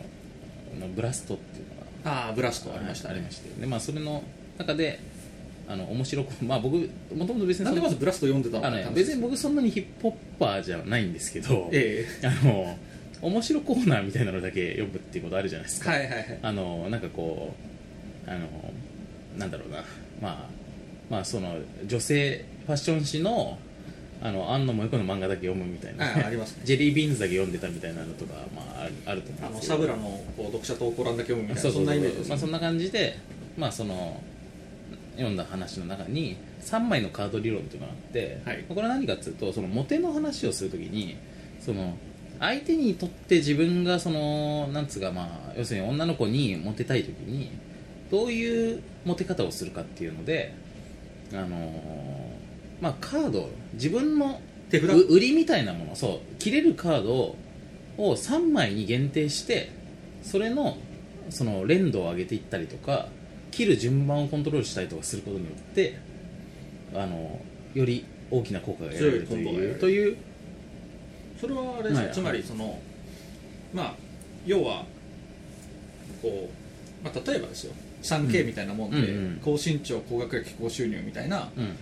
あのブラストっていうのが
ああブラストありました
あり
ね
ましてで、まあ、それの中であの面白く、まあ、僕もともと別に
な
そ
ん
の
でまずブラスト読んでたの
あのね別に僕そんなにヒップホッパーじゃないんですけど、
ええ
あの面白コーナーみたいなのだけ読むっていうことあるじゃないですか、
はいはいはい
あのなんかこうあのなんだろうなまあまあその女性ファッション誌のあの安野萌子の漫画だけ読むみたいな、
あありますね
ジェリービーンズだけ読んでたみたいなのとか、まあ、あるあると思
あ
うん
の
ですけど
サブラのこう読者投稿欄だけ読むみたいな
そうそう
そんなイメージです
まあ、そん
ね
な感じで、まあ、その読んだ話の中に3枚のカード理論というのがあって、
はい
これは何かっていうとそのモテの話をするときにその相手にとって自分がそのなんつうかまあ要するに女の子にモテたい時にどういうモテ方をするかっていうのであのーまあカード自分の
手札
う売りみたいなものそう切れるカードをを3枚に限定してそれのその連動を上げていったりとか切る順番をコントロールしたりとかすることによってあのより大きな効果が得られると
強いコンボが得られ
いう
る
という
それはあれでしょ、
はい
つまりそのまあ要はこう、まあ、例えばですよ 3K みたいなもんで、
うんうんうん
高身長高学歴高収入みたいな
うん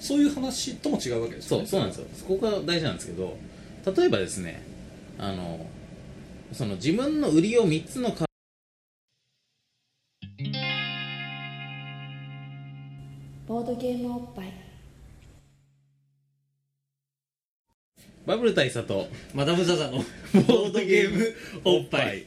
そういう話とも違うわけです
そう
よね
そうなんですよそこが大事なんですけど例えばですねあのその自分の売りを3つのカー
ボードゲームおっぱい
バブル大佐と
マダム・ザ・ ザのボードゲームおっぱい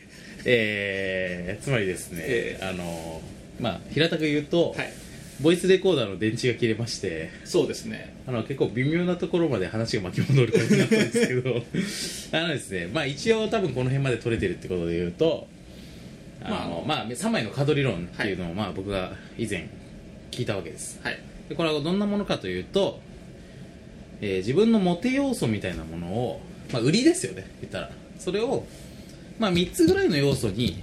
えー、つまりですね、
え
あのまあ平たく言うと、
はい
ボイスレコーダーの電池が切れまして
そうですね
あの結構微妙なところまで話が巻き戻る感じになったんですけ どあのですねまあ一応多分この辺まで取れてるってことで言うとあの、まあ、3枚のカード理論っていうのを、まあ僕が以前聞いたわけです
はい
でこれはどんなものかというと、えー自分のモテ要素みたいなものを、まあ、売りですよね言ったらそれを、まあ、3つぐらいの要素に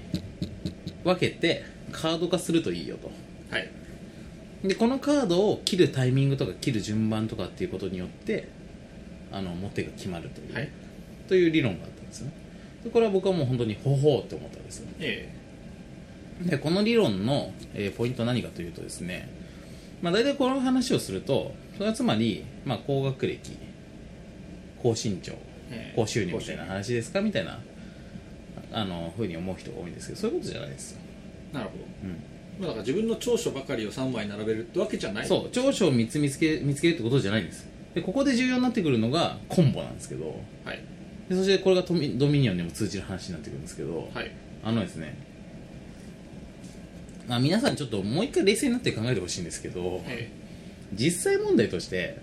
分けてカード化するといいよと
はい
でこのカードを切るタイミングとか切る順番とかっていうことによってあのモテが決まるという、
はい
という理論があったんですよねでこれは僕はもう本当にほほうって思ったんですよ
え
でこの理論の、えーポイントは何かというとですね、まあ、大体この話をするとそれはつまり、まあ、高学歴高身長
ええ
高収入みたいな話ですかみたいなあのふうに思う人が多いんですけどそういうことじゃないですよ、
えなるほど
うん、
まあだから自分の長所ばかりを3枚並べるってわけじゃない
そう長所を見つ見つけ見つけるってことじゃないんですでここで重要になってくるのがコンボなんですけど
はい
でそしてこれがトミドミニオンにも通じる話になってくるんですけど、
はい
あのですね、まあ、皆さんちょっともう一回冷静になって考えてほしいんですけど
え
実際問題として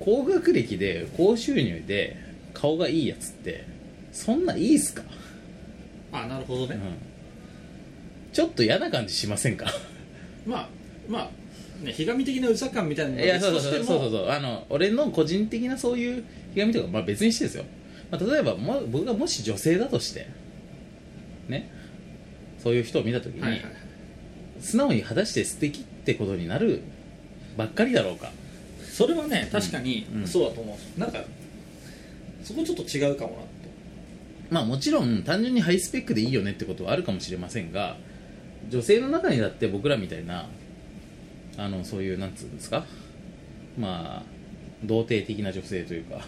高学歴で高収入で顔がいいやつってそんないいっすか、
えあなるほど
うん
ね、
ちょっと嫌な感じしませんか
まあまあねひがみ的なうざ感みたいな の
いやそうそうそうそうそう
う
そうあの俺の個人的なそういうひがみとか、まあ、別にしてですよ、まあ、例えばも僕がもし女性だとしてねそういう人を見た時に、
はいはいはい
素直に果たして素敵ってことになるばっかりだろうか
それはね確かに
うん
そうだと思うなんかそこちょっと違うかもなと
まあもちろん単純にハイスペックでいいよねってことはあるかもしれませんが女性の中にだって僕らみたいなあのそういうなんつうんですかまあ童貞的な女性というか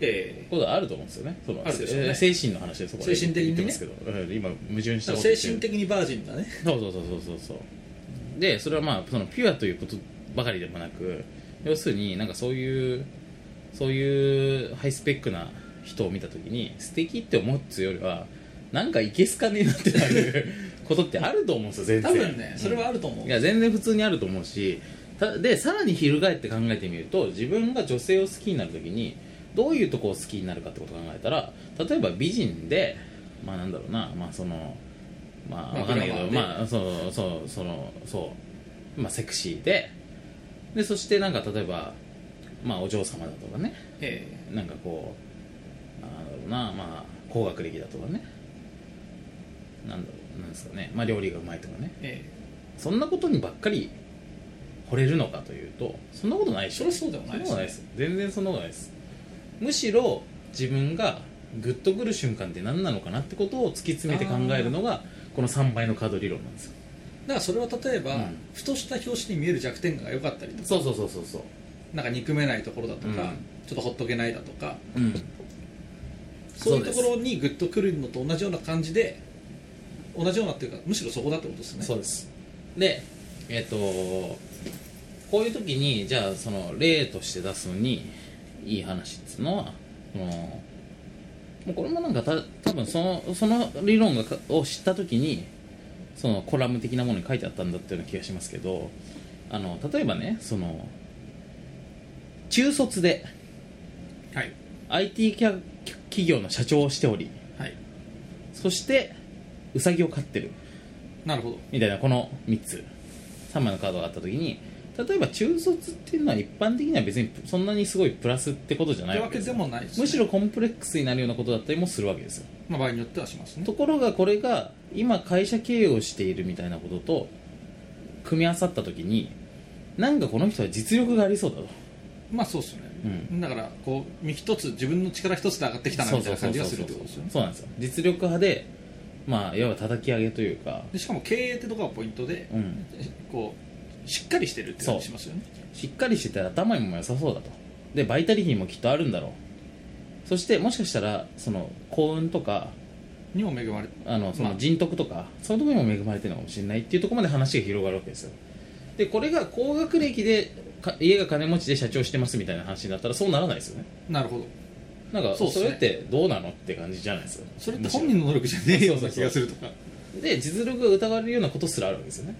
え
ことはあると思うんですよねその
あるでしょうね
えー精神の話ですそこ
精神的に
言
ね
ってますけど、うん今矛盾し
え
た
だ
こ
から
と
精
言ってる
神的にバージンだね
そうそうそうそうそうそうでそれはまあそのピュアということばかりでもなく要するになんかそういうそういうハイスペックな人を見た時に素敵って思うっつうよりはなんかいけすかねえなってなることってあると思うんですよ全然
多分ねそれはあると
う
思
ん
う
いや全然普通にあると思うしたでさらに翻って考えてみると自分が女性を好きになる時にどういうとこを好きになるかってことを考えたら例えば美人でまあなんだろうなまあそのまあ
まあ
わかんないけど、
グラマーで
まあ、そうそうそのそうまあセクシーででそしてなんか例えばまあお嬢様だとかね
え
なんかこうまあなんだろうなまあ高学歴だとかねなんだろうなんですかねまあ料理がうまいとかね
ええ
そんなことにばっかり惚れるのかというとそんなことないで
え
し
そ
ょ
れはそうでもない
そんな
で
こ
す
と
ね
ないです全然そんなことないですむしろ自分がグッとくる瞬間って何なのかなってことを突き詰めて考えるのがこの3倍のカード理論なんですよ
だからそれは例えば、
うん
ふとした表紙に見える弱点が良かったりとか
そうそうそうそうそう
なんか憎めないところだとか、
うん
ちょっとほっとけないだとか
うん
そう
そう
いうと
です
ころにグッとくるのと同じような感じで同じようなっていうかむしろそこだってことですね
そうですでえっ、とこういう時にじゃあその例として出すのにいい話っつうのはそのもうこれもなんかた多分そのその理論がかを知った時にそのコラム的なものに書いてあったんだっていうような気がしますけどあの例えばねその中卒で
はい
IT キャ企企業の社長をしており
はい
そしてウサギを飼ってる
なるほど
みたいなこの3つ3枚のカードがあった時に例えば中卒っていうのは一般的には別にそんなにすごいプラスってことじゃ
っ
ない
てわけでもないです、ね、
むしろコンプレックスになるようなことだったりもするわけですよ
まあ、場合によってはしますね
ところがこれが今会社経営をしているみたいなことと組み合わさった時になんかこの人は実力がありそうだと
まあそうですね、
う
だからこう身一つ自分の力一つで上がってきたな
そう
みたい
そう
な
そう
感じ
そう
がするって
そ
ことですよね
うなんですよ実力派でまあいわば叩き上げというか
でしかも経営ってとこがポイントで、
うん
こうしっかりしてるって感じしますよね
しっかりしてたら頭にも良さそうだとでバイタリティもきっとあるんだろうそしてもしかしたらその幸運とか
にも恵まれ
あのそ
ま
の
あ
人徳とか、そういうところにも恵まれてるのかもしれないっていうところまで話が広がるわけですよでこれが高学歴でか家が金持ちで社長してますみたいな話になったらそうならないですよね
なるほど
なんか
そう
そ
ですね
れってどうなのって感じじゃないですか
それって本人の能力じゃねえような気がするとか
で実力が疑われるようなことすらあるわけですよね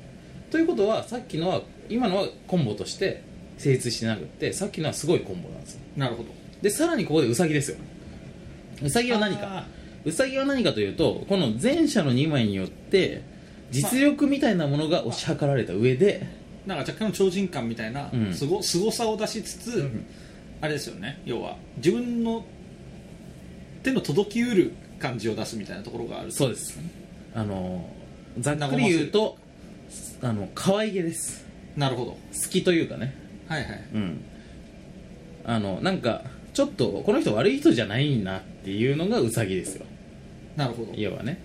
ということはさっきのは今のはコンボとして成立してなくってさっきのはすごいコンボなんですよ
なるほど
でさらにここでウサギですよウサギは何
あ
かウサギは何かというとこの前者の2枚によって実力みたいなものが推し量られた上で
なんか若干の超人感みたいな
うん
すご,、すごさを出しつつ、
ん
あれですよね要は自分の手の届きうる感じを出すみたいなところがある
そうですあのざっくり言うとあの可愛げです
なるほど
好きというかね
はいはい
うんあのなんかちょっとこの人悪い人じゃないなっていうのがウサギですよ
なるほど
要はね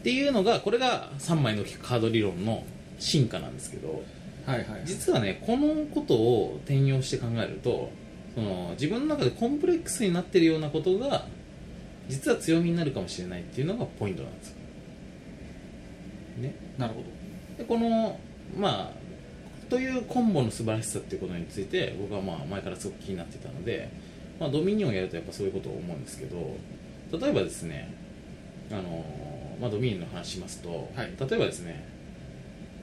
っていうのがこれが3枚のカード理論の進化なんですけど
はいはい
実はねこのことを転用して考えるとその自分の中でコンプレックスになってるようなことが実は強みになるかもしれないっていうのがポイントなんですよ、ね、
なるほど
でこのまあというコンボの素晴らしさっていうことについて僕はまあ前からすごく気になってたので、まあ、ドミニオンをやるとやっぱそういうことを思うんですけど例えばですねあの、まあ、ドミニオンの話しますと、
はい
例えばですね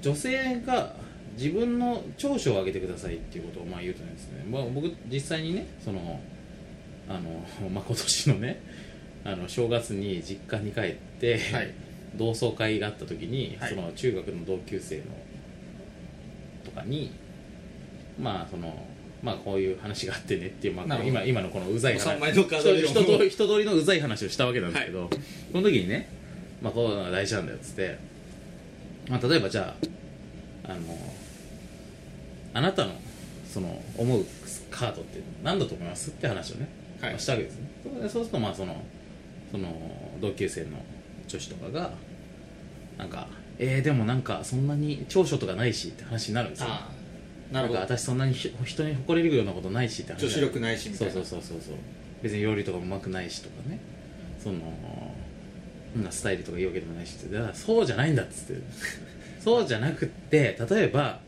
女性が自分の長所を上げてくださいっていうことをまあ言うとですね、まあ、僕実際にねそのあの、まあ、今年のねあの正月に実家に帰って、
はい
同窓会があった時に、
はい
その中学の同級生のとかにまあそのまあこういう話があってねっていう、ま
な
あ、
るほど
今今のこのうざい話
三枚のカード理論
人通り人通りのうざい話をしたわけなんですけど、この時にね、まあ、こういうのが大事なんだよっつって、まあ、例えばじゃああのあなたのその思うカードって何だと思いますって話をね、
はい
まあしたわけですねでそうするとまあそのその同級生の女子とかがなんかえー、でもなんかそんなに長所とかないしって話になるんですよ
ああなるほど
んか私そんなにひ人に誇れるようなことないしって話
女子力ないしみたい
そう
な
そうそうそうそう別に料理とかもうまくないしとかねそのそんなスタイルとか言うわけでもないしってだからそうじゃないんだっつって そうじゃなくって例えば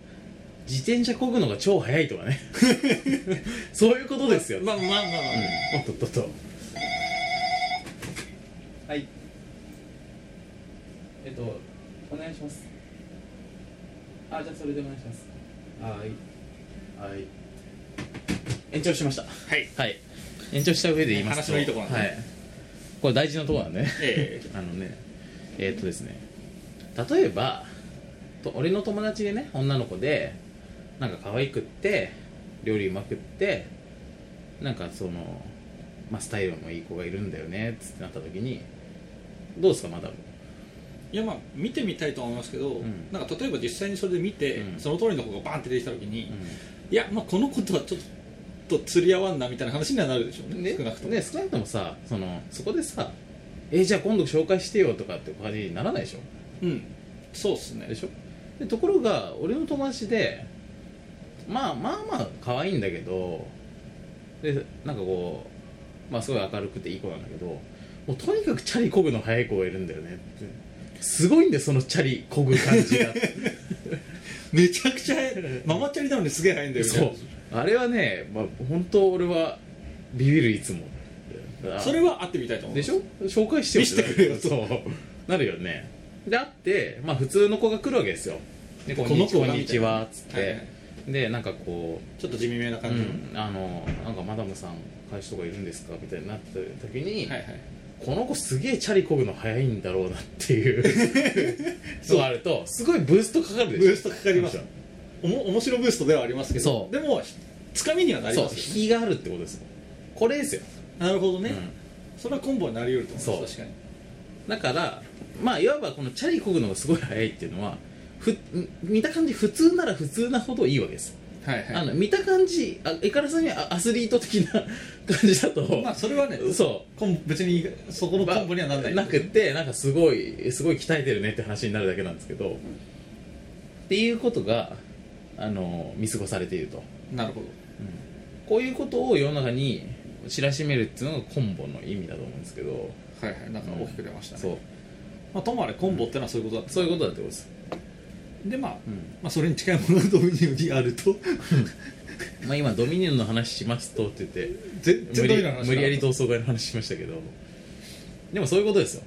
自転車こぐのが超速いとか ねそういうことですよ、
まあまあまあまあ、
おっとっとっとはいえっとお願いしますあじゃあそれでお願いしますはいはい延長しました
はい
はい延長した上で言います
話のいいとこなんでね
はい、これ大事なとこなんで、ね、
ええ
あのねえーっとですね例えばと俺の友達でね女の子でなんか可愛くって料理うまくってなんかその、まあ、スタイルもいい子がいるんだよねっつってなった時にどうですかマダム
いやまあ見てみたいとは思いますけど、
ん
なんか例えば実際にそれで見て、
うん
その通りの子がバンって出てきた時に、
う
いやまあこのことはちょっと釣り合わんなみたいな話にはなるでしょうね
ね
少なくとも、
ね少なくともさそのそこでさえーじゃあ今度紹介してよとかって感じにならないでしょ
うんそうっすね
でしょでところが俺の友達でまあまあまあ可愛いんだけどでなんかこうまあすごい明るくていい子なんだけどもうとにかくチャリこぐの早い子がいるんだよねってすごいんだよそのチャリこぐ感じが
めちゃくちゃママチャリなのにすげえ早いんだ よね
そうあれはね、まあ、本当俺はビビるいつも
それは会ってみたいと思う
でしょ紹介してよ
見せてくれよと
そうなるよねであって、まあ、普通の子が来るわけですよで
こ
こんに
の
ち
子
は
が
こんにちはっつって、
はいはい
でなんかこう
ちょっと地味めな感じの、
うん、あのなんかマダムさんかの会社とかいるんですかみたいになってた時に、
はいはい
この子すげえチャリこぐの早いんだろうなっていう そうあるとすごいブーストかかるでしょ
ブーストかかりますおも面白ブーストではありますけど
そう
でもつかみにはなり
そう
ますよね
引きがあるってことですよこれですよ、
なるほどね、
うん
それはコンボになり得ると思います
そ
確か
だからまあいわばこのチャリこぐのがすごい早いっていうのはふ見た感じ普通なら普通なほどいいわけです、
にはい
あの見た感じあエカラさんにはアスリート的な感じだと、
まあそれはね
そ
コン別にそこ
う
のコンボにはならない
なくってなんかすごいすごい鍛えてるねって話になるだけなんですけど、っていうことがあの見過ごされていると
なるほど
こういうことを世の中に知らしめるっていうのがコンボの意味だと思うんですけど、
はいはいなんか大きく出ましたね、
そう
まあ、ともあれコンボってのはそういうことだった
そういうことだってことです、
でまあ、
うん
まあ、それに近いものがドミニオンにあると
まあ、今ドミニオンの話しますとって言って
全
無
然ドミ
理
ニオンの話
無理やり
と
同窓会の話しましたけどでもそういうことですよ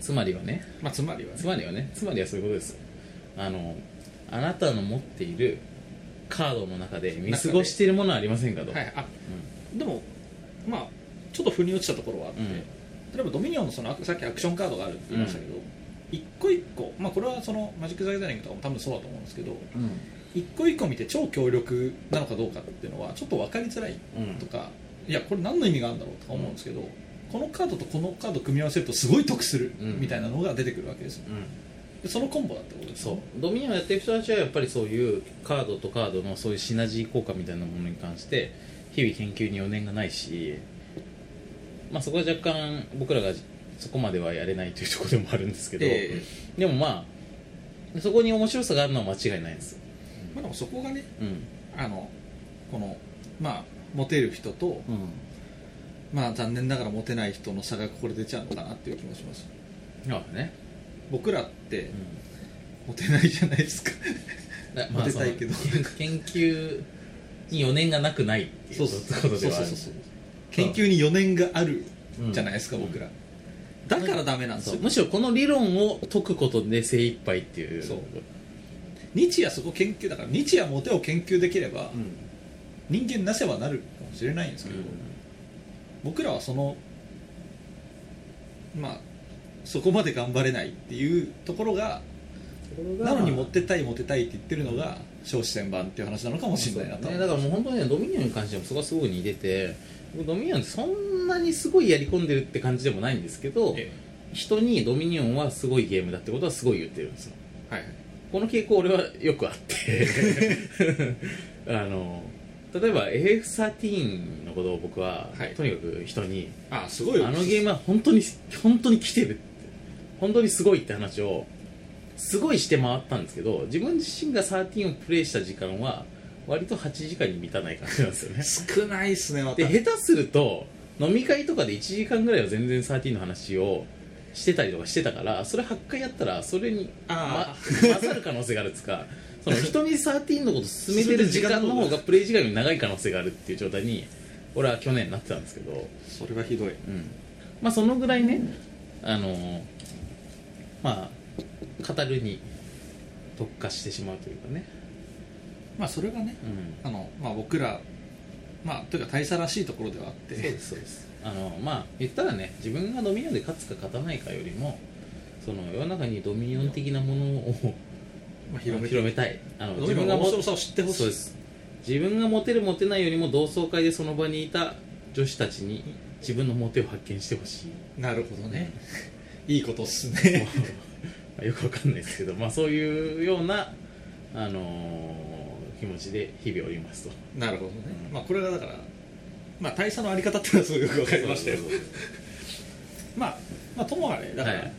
つまりはね
まあつまりはね
つまりはねつまりはそういうことですよあのあなたの持っているカードの中で見過ごしているものはありませんかと、
はいあでもまあちょっと腑に落ちたところはあって、
うん
例えばドミニオンのそのさっきアクションカードがあるって言いましたけど、一個一個、まあ、これはそのマジック・ザ・ギャザリングとかも多分そうだと思うんですけど
うん
一個一個見て超強力なのかどうかっていうのはちょっと分かりづらい
うん
とか、いやこれ何の意味があるんだろうとか思うんですけど、このカードとこのカード組み合わせるとすごい得する
うん
みたいなのが出てくるわけですよ、
うん
でそのコンボだってことです
そうドミニオンやってる人たちはやっぱりそういうカードとカードのそういうシナジー効果みたいなものに関して日々研究に余念がないし、まあ、そこは若干僕らがそこまではやれないというところでもあるんですけど、
え
でもまあそこに面白さがあるのは間違いないんですよ、
えまあ、でもそこがね
うん
あのこのまあモテる人と、まあ残念ながらモテない人の差がここで出ちゃうのかなっていう気もします
まあね、
僕らって
う
モテないじゃな いですか
んだまあ、
モテたいけど
その研研究に余念がなくないっていうことではある
そうそうそう研究に余念があるじゃないですか、
うん
僕らだからダメなんです
そう
よ
むしろこの理論を解くことで精一杯っていう
そう日夜そこ研究だから日夜モテを研究できれば、
うん
人間なせばなるかもしれないんですけど、僕らはそのまあそこまで頑張れないっていうところがなのにモテたいモテたいって言ってるのが少子千番っていう話なのかもしれないなと、
ね、だからもう本当にねドミニオンに関してもそこはすごい似てて僕ドミニオンってそんなにすごいやり込んでるって感じでもないんですけど、
え
人にドミニオンはすごいゲームだってことはすごい言ってるんですよ
えはいはい
この傾向俺はよくあって あの例えば FF13 のことを僕は、
はい
とにかく人に
ああすごい
あのゲームは本当に本当に来てるって本当にすごいって話をすごいして回ったんですけど自分自身が13をプレイした時間は割と8時間に満たない感じなんですよね
少ないっすねまた
で下手すると飲み会とかで1時間ぐらいは全然13の話をしてたりとかしてたからそれ8回やったらそれにま
あ
混ざる可能性があるっつうかその人に13のこと進めてる時間の方がプレイ時間より長い可能性があるっていう状態に俺は去年なってたんですけど
それはひどい
うんまあそのぐらいねあのーまあ語るに特化してしまうというかね、
まあそれがね
うん、
あの、まあ、僕らまあというか大佐らしいところではあっ
そうで
て
すそうですあのまあ言ったらね自分がドミニオンで勝つか勝たないかよりもその世の中にドミニオン的なものを
まあ
広
広
め
めて
たいあの
自分が
も
面白さを知ってほし
そう
い
です自分がモテるモテないよりも同窓会でその場にいた女子たちに自分のモテを発見してほしい
なるほどねいいことっすね
まあよくわかんないですけど、まあ、そういうような、あのー気持ちで日々おりますと
なるほどね、
うん
まあこれがだからまあ大佐のあり方っていうのはすごくよくわかりましたよ
そうそう
まあ、まあともあれだから、
はい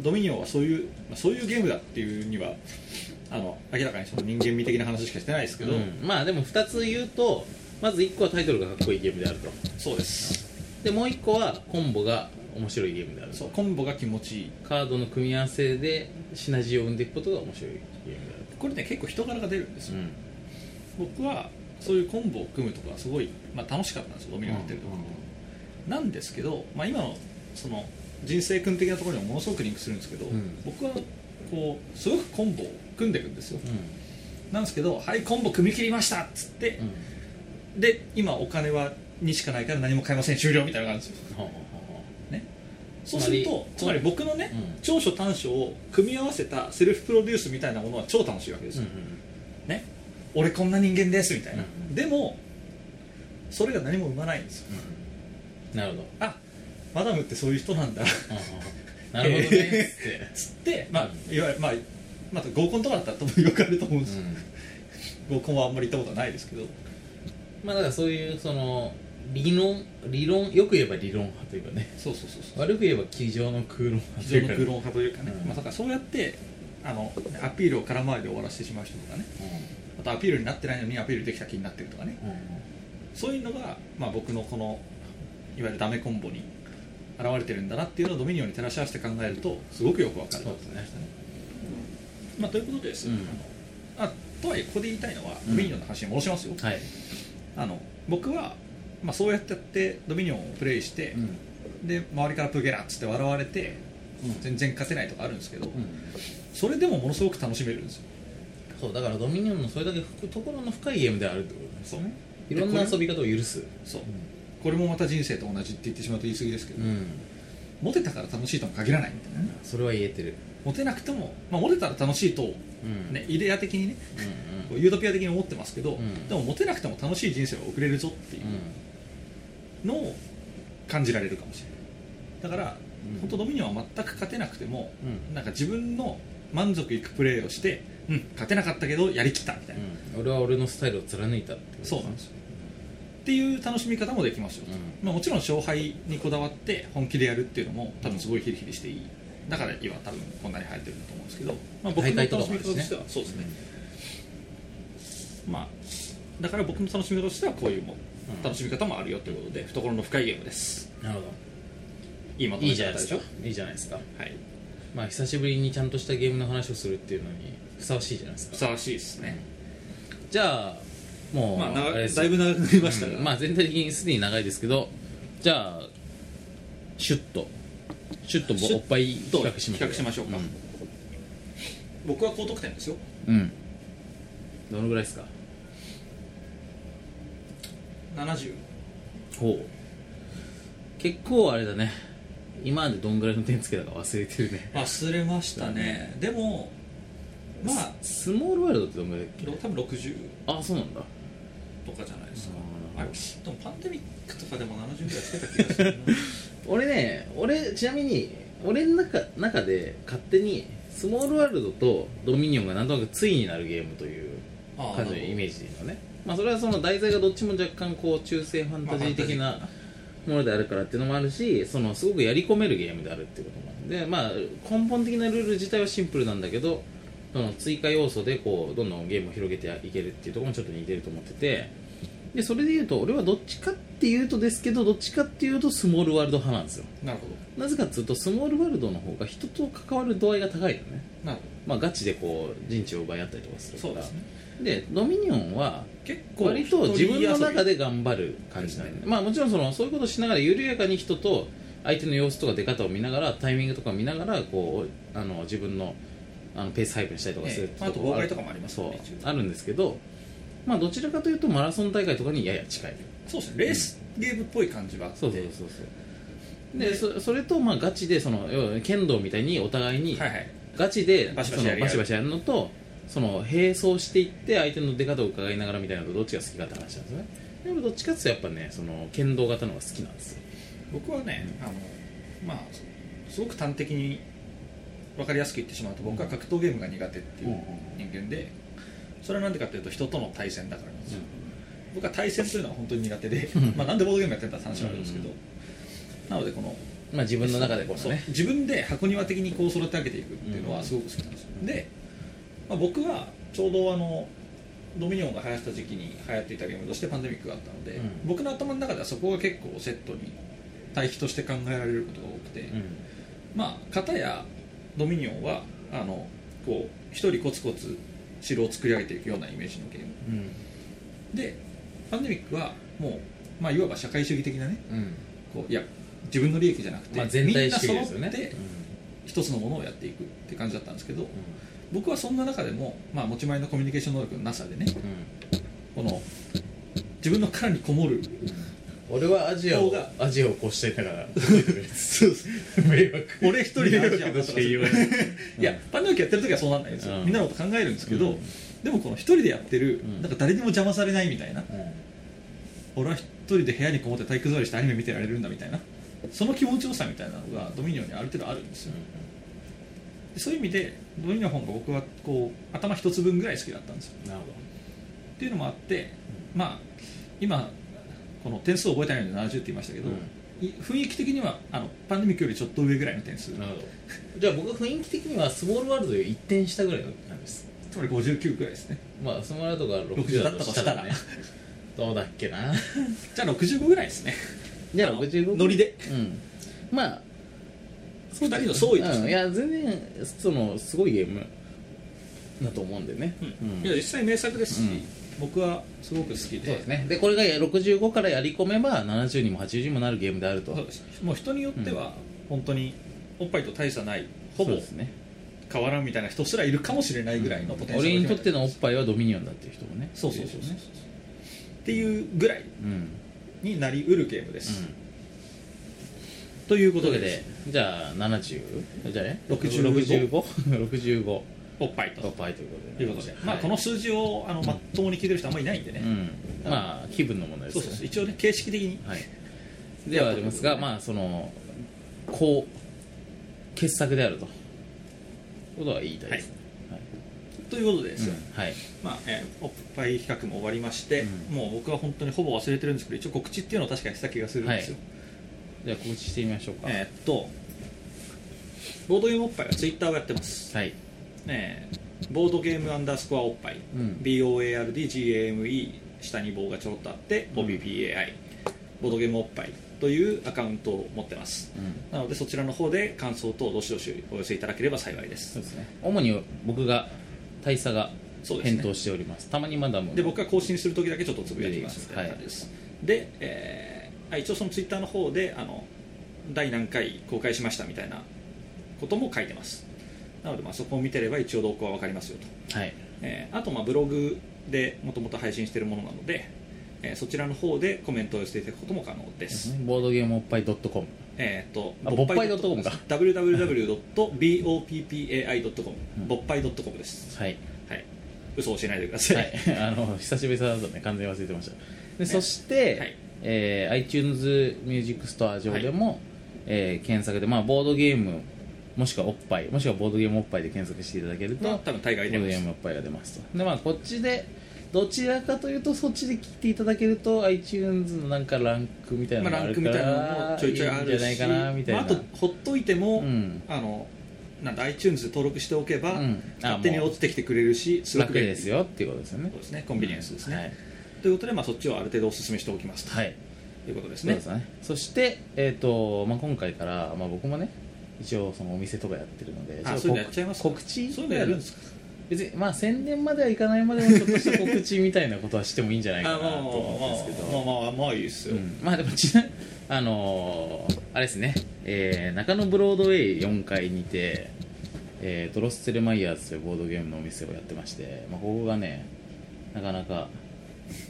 ドミニオンはそういう、まあ、そういうゲームだっていうにはあの明らかにその人間味的な話しかしてないですけ
そう
ど、
うんまあでも2つ言うとまず1個はタイトルがかっこいいゲームであると
そうです
でもう1個はコンボが面白いゲームであると
そうコンボが気持ちいい
カードの組み合わせでシナジーを生んでいくことが面白いゲームである
これね結構人柄が出るんです
と、
よ、僕はそういうコンボを組むとかはすごい、まあ、楽しかったんですよドミニオンやってると、なんですけど、まあ、今のその人生君的なところにもものすごくリンクするんですけど、
うん
僕はこうすごくコンボを組んでいくんですよ、なんですけど「はいコンボ組み切りました」っつって、
うん
で今お金はにしかないから何も買いません終了みたいな感じですよ
はあは
ねそうするとつ
つ
ま
ま
り
り
僕のね、
うん
長所短所を組み合わせたセルフプロデュースみたいなものは超楽しいわけです
あ
よ、
は
ね俺こんな人間ですみたいな、
うん
でもそれが何も生まないんですよ
あなるほど
あマダムってそういう人なんだ
はあはあなるほどねっつって
つってまあ
う
いわゆるまあまた合コンとかだったら多分よくあると思うんですよ、
う
合コンはあんまり行ったことはないですけど
んまあだからそういうその理論理論よく言えば理論派というか ね
そうそうそうそう
悪く言えば机上の空論派
非
とい
常
う
に
か
空論派というかね、
うん
まあ、だからそうやってあのアピールを空回りで終わらせてしまう人とかねあとアピールになってないのにアピールできた気になってるとかね
うんうん
そういうのが、まあ、僕のこのいわゆるダメコンボに現れてるんだなっていうのをドミニオンに照らし合わせて考えるとすごくよくわかる
そうですね
まあ、ということでです、
うん
あのあとはいえここで言いたいのは、
うん
ドミニオンの話に戻しますよ、
はい
あの僕は、まあ、そうやってやってドミニオンをプレイして、
うん
で周りからプゲラッつって笑われて全然勝てないとかあるんですけど、
うん
それでもものすごく楽しめるんですよ
そうだからドミニオンのそれだけ深いところの深いゲームであるってことなんです
そう
ねいろんな遊び方を許す
そうこれもまた人生と同じって言ってしまうと言い過ぎですけど、
うん
モテたから楽しいとも限らないみたいなね
それは言えてる
モテなくても、まあ、モテたら楽しいと、
うん
ね、イデア的にね
うん
こうユートピア的に思ってますけど、
うん
でもモテなくても楽しい人生を送れるぞってい
うん
うのを感じられるかもしれないだから、
うん
本当ドミニオンは全く勝てなくても、
うん
なんか自分の満足いくプレーをして、うん、勝てなかったけどやりきったみたいな、っ
うん俺は俺のスタイルを貫いたってこと
そうなんですよていう楽しみ方もできますよと、
うん
まあ、もちろん勝敗にこだわって本気でやるっていうのも多分すごいヒリヒリしていいだから今多分こんなに流行ってるんだと思うんですけど、まあ、僕の
大会と
楽
か
し
も
み
あるしね
方としてはそうですね、まあ、だから僕の楽しみ方としてはこういうも
うん
楽しみ方もあるよということで懐の深いゲームです
なるほ
いいまと
ど
め
い
方
いじゃない
で
です
しょ
かいいじゃないですか
はい
まあ久しぶりにちゃんとしたゲームの話をするっていうのにふさわしいじゃないです
ふ
か
さわしいですね、
じゃあもう、
まあ
あ
な
れです
だいぶ長くなりましたが、
うんまあ全体的にすでに長いですけどじゃあシュッとシュッとぼ
シュッ
おっぱい比
と
較しましょう
比較しましょうか僕は高得点ですよ
うん、うんどのぐらいですか
70
ほう結構あれだね今までどんぐらいの点つけたか忘れてるね
忘れましたね、でもまあ
スモールワールドってどんぐらいだっけ
多分60
あそうなんだ
とかじゃないですか
あ
あ
ー
れでもパンデミックとかでも70ぐらいつけた気がするな
俺ね俺ちなみに俺の中中で勝手にスモールワールドとドミニオンがなんとなく対になるゲームという
あ
感じのイメージでいいのねまあそれはその題材がどっちも若干こう中世ファンタジー的
まあ
なものであるからっていうのもあるしそのすごくやり込めるゲームであるっていうこともあるんでまあ根本的なルール自体はシンプルなんだけどその追加要素でこうどんどんゲームを広げていけるっていうところもちょっと似てると思っててでそれで言うと俺はどっちかっていうとですけどどっちかっていうとスモールワールド派なんですよ
なるほど
なぜかっていうとスモールワールドの方が人と関わる度合いが高いよね
なるほ
まあガチでこう陣地を奪い合ったりとかす
ど
る
そう
か
で
ら
すね
でドミニオンは
結構
割と自分の中
で
で頑張る感じなんで、まあ、もちろんそのそういうことをしながら緩やかに人と相手の様子とか出方を見ながらタイミングとか見ながらこうあの自分のあのペース配分したりとかするって
ええあと
ころ
妨
は
害とかもありますよね
そう
一応
あるんですけど、まあ、どちらかというとマラソン大会とかにやや近い
そうですねレースゲームっぽい感じはあって
そうそうそうそうでそそれとまあガチでその要は剣道みたいにお互いに
はいはい
ガチで
バシバシ
そ
や
の
り合う
バシバシやるのとその並走していって相手の出方を伺いながらみたいなのとどっちが好きかって話なんですよねでもどっちかっていうとやっぱねその剣道型の方が好きなんですよ
僕はね、あのまあすごく端的に分かりやすく言ってしまうと僕は格闘ゲームが苦手っていう人間でそれはなんでかっていうと人との対戦だからなんですよ、僕は対戦というのは本当に苦手で
ん
まあなんでボードゲームやってんだって話はあるんですけど、
う
なのでこの
まあ自分の中でこう
そう
ね
自分で箱庭的にこう育て上げていくっていうの
う
は
ん
すごく好きなんですよ、で、まあ、僕はちょうどあのドミニオンが流行った時期に流行っていたゲームとしてパンデミックがあったので、
うん
僕の頭の中ではそこが結構セットに対比として考えられることが多くて、
うん
まあ片やドミニオンはあのこう一人コツコツ城を作り上げていくようなイメージのゲーム
うん
でパンデミックはもう、まあ、いわば社会主義的なね
うん
こういや自分の利益じゃなくて、
まあ全体主義
みん
で
な
す
揃
よね
って一つのものをやっていくって感じだったんですけど
う
僕はそんな中でも、まあ、持ち前のコミュニケーション能力のなさでね
んうん
この自分の殻にこもる
俺はアジア
方
を
が
アジアを越してだからそう迷惑
俺一人でアジアを
迷惑としか言わない
いやパンダ抜きやってる時はそうなんないんですよ、
うん
みんなのこと考えるんですけど、
うん
でもこの一人でやってる、
うん
なんか誰にも邪魔されないみたいな俺は一人で部屋にこもって体育座りしてアニメ見てられるんだみたいなその気持ちよさみたいなのがドミニオンにある程度あるんですよ、でそういう意味でドミニオンの方が僕はこう頭一つ分ぐらい好きだったんですよ
なるほ
っていうのもあってまあ今この点数を覚えたいので70って言いましたけど、い雰囲気的にはあのパンデミックよりちょっと上ぐらいの点数
どなるほどじゃあ僕雰囲気的にはスモールワールドより1点下ぐらいなんです
つまり59ぐらいですね
まあスモールワールドが60だとしたらね
60だっ
どうだっけな
じゃあ65ぐらいですね
じゃあ
あの
65
ノリで
うんまあ
2人の相違として、
うんいや全然そのすごいゲームだと思うんでね、
うん
うん
いや実際名作ですし、
うん
僕はすごく好きで
そうですねでこれが65からやり込めば70にも80にもなるゲームであると
そうですもう人によっては本当におっぱいと大差ないほ
そう
ぼ
ですね
変わらんみたいな人すらいるかもしれないぐらいのポテンシャル
俺にとってのおっぱいはドミニオンだっていう人もね
そうそうそうそう
ね
っていうぐらい
うん、うん、
になりうるゲームです、という
とい
こ
うことと
で
でじゃあ70じゃあね
65
6565お
おっぱいと
っぱいということで、ね、
ということで、まあ、
はい
この数字をあのまっとうに聞いてる人あんまりいないんでね、
うんまあ気分の問題です
そう
よ
そう
ね
そう一応ね形式的に
はい、ではありますが、まあ、そのこう傑作であるとことは言いたいですね
ということでですよ、
はい、
まあえーおっぱい企画も終わりまして、
う
もう僕は本当にほぼ忘れてるんですけど一応告知っていうのを確かにした気がするんですよ、
じゃあ告知してみましょうか、
えーっとボードゲームおっぱいはツイッターをやってます、
はい
えーボードゲームアンダースコアおっぱい、
うん
BOARDGAME 下に棒がちょろっとあって、
うん
OBPAI ボードゲームおっぱいというアカウントを持ってます
うん
なのでそちらの方で感想等どしどしお寄せいただければ幸いです
そうですね主に僕が大佐が
そうですね
返答しておりますたまにマダムも
で僕が更新する時だけちょっとつぶやきますみたいな感じです、で、えーあ一応そのツイッターの方であの第何回公開しましたみたいなことも書いてますなのでまあそこを見てれば一応動向は分かりますよと、
はい
えーあとまあブログでもともと配信しているものなので、えーそちらの方でコメントを寄せていただくことも可能です、
ボードゲームおっぱい .com
えーっと
あぼっぱい .com か
www.boppai.com
うん
ぼっぱい .com です
はい、
はい嘘を教えないでください、
はい、あの久しぶりだとね完全に忘れてましたでそして、
はい
えー iTunes ミュージックストア上でも、えー検索で、まあ、ボードゲームもしくはおっぱいもしくはボードゲームおっぱいで検索していただけると、
まあ多分大概
ボ
出
ード
ま
ゲ
す
ームおっぱいが出ますとでまあこっちでどちらかというとそっちで聞いていただけると iTunes のなんかランクみたいなの
まあ、
があ
ラン
る
ク
か
みたいなの
ら
もちょいちょいあ
いいん
る
じゃない
し
かなみたい
ま
な、
あ、あとほっといても、
うん
あのなんだ iTunes で登録しておけば、
うんあ
勝手に
もう
落ちてきてくれるしすごく
楽
便利
ですよっていうことですよね
そうですねコンビニエンスですね、
はい
ということで、まあ、そっちをある程度お勧めしておきます
はい
ということです
そう
ね
ですねそして、えーとまあ、今回から、まあ、僕もね一応そのお店とかやってるので
あ
ちょっと
そうい
こ
うのやっちゃいます
告知
そういうのやるんですか
別に、まあ、宣伝まではいかないまでもちょっとした告知みたいなことはしてもいいんじゃないかな
あ
と
まあまあ
思うんですけど
まあまあまあまあいいですよ、
うんまあでもちなあのーあれですね、えー中野ブロードウェイ4階にて、えードロス・ツェルマイヤーズというボードゲームのお店をやってまして、まあ、ここがねなかなか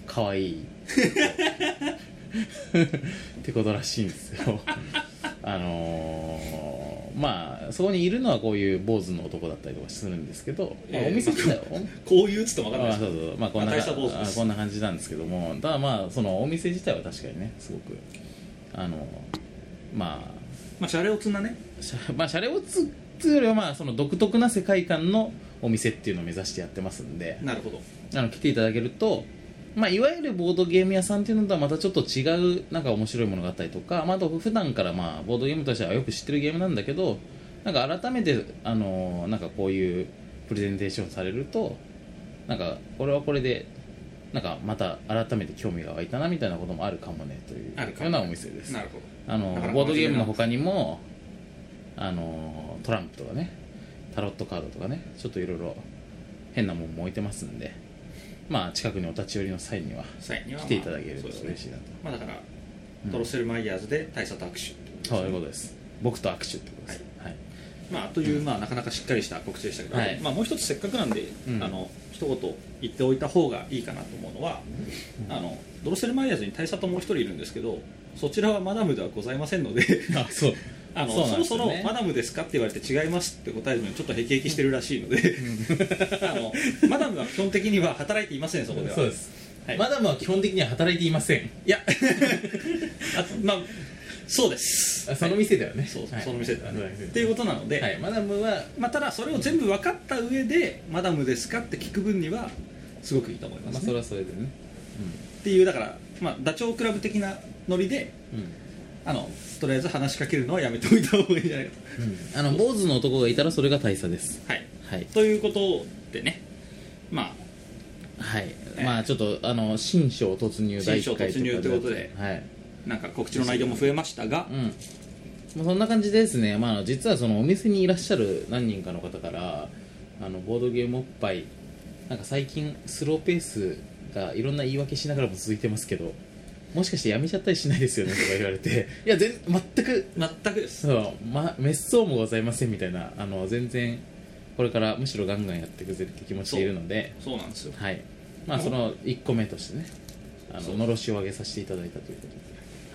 可愛い ってことらしいんですよ あのーまあそこにいるのはこういう坊主の男だったりとかするんですけど、まあお店自体は
こういうつとも分かん
ま
な
あ、
い
そ
で
う
す
そうまあこんな
まあ大した坊主です
あこんな感じなんですけどもただまあそのお店自体は確かにねすごくあのまあ
まあシャレオツなね
しゃまあシャレオツというよりはまあその独特な世界観のお店っていうのを目指してやってますんで
なるほど
あの来ていただけるとまあ、いわゆるボードゲーム屋さんっていうのとはまたちょっと違うなんか面白いものがあったりとか、まあ、あと普段からまあボードゲームとしてはよく知ってるゲームなんだけどなんか改めてあのなんかこういうプレゼンテーションされるとなんかこれはこれでなんかまた改めて興味が湧いたなみたいなこともあるかもねという
あ
よ
るかも
うなお店です
なるほど
あの
なかなか
ボードゲームの他にもあのトランプとかねタロットカードとかねちょっといろいろ変なもんも置いてますんでまあ近くにお立ち寄りの際には
際には
来
まあ
ていただけると
そうですね
嬉しいなと
まあだから
うん
ドロッセルマイヤーズで大佐と握手ってことです
そ
ね
ういうことです僕と握手ってことですはい
まあ、という、まあ、なかなかしっかりした告知でしたけど、
はい
まあ、もう一つせっかくなんで、
うん
あの一言言っておいた方がいいかなと思うのは、あのドロセルマイヤーズに大佐ともう一人いるんですけどそちらはマダムではございませんので
あそう
あ
う
のそ
なん
ろ
です
そ
よ
ろ
ね
マダムですかって言われて違いますって答えるのにちょっとへきへきしてるらしいので、 あのマダムは基本的には働いていませんそこでは
そうです、
はい
マダムは基本的には働いていません
いや あまあそうです
あその店ではね、はい、
そうその店ではね
はい
っていうことなので、
はい、マダムは
まあ、ただそれを全部分かった上でマダムですかって聞く分にはすごくいいと思いま
まあそ
す、ね
れはそれでね
っていうだから、まあ、ダチョウ倶楽部的なノリで
うん、うん
あのとりあえず話しかけるのはやめておいた方がいいんじゃないか
あの坊主の男がいたらそれが大佐です
とはい
はい、
ということでねまあ
はい
え
まあちょっとあの新章突入第一回
新章突入ということで
はい
なんか告知の内容も増えましたが
う、んまあそんな感じでですね、まあ、実はそのお店にいらっしゃる何人かの方からあのボードゲームおっぱいなんか最近スローペースがいろんな言い訳しながらも続いてますけどもしかしてやめちゃったりしないですよねとか言われ ていや全全く
全くです
そう、ま、滅相もございませんみたいなあの全然これからむしろガンガンやっていくぜって気持ちでいるので
そうなんですよ
はいまあその1個目としてねあ
そ
の
う
のろしを上げさせていただいたということで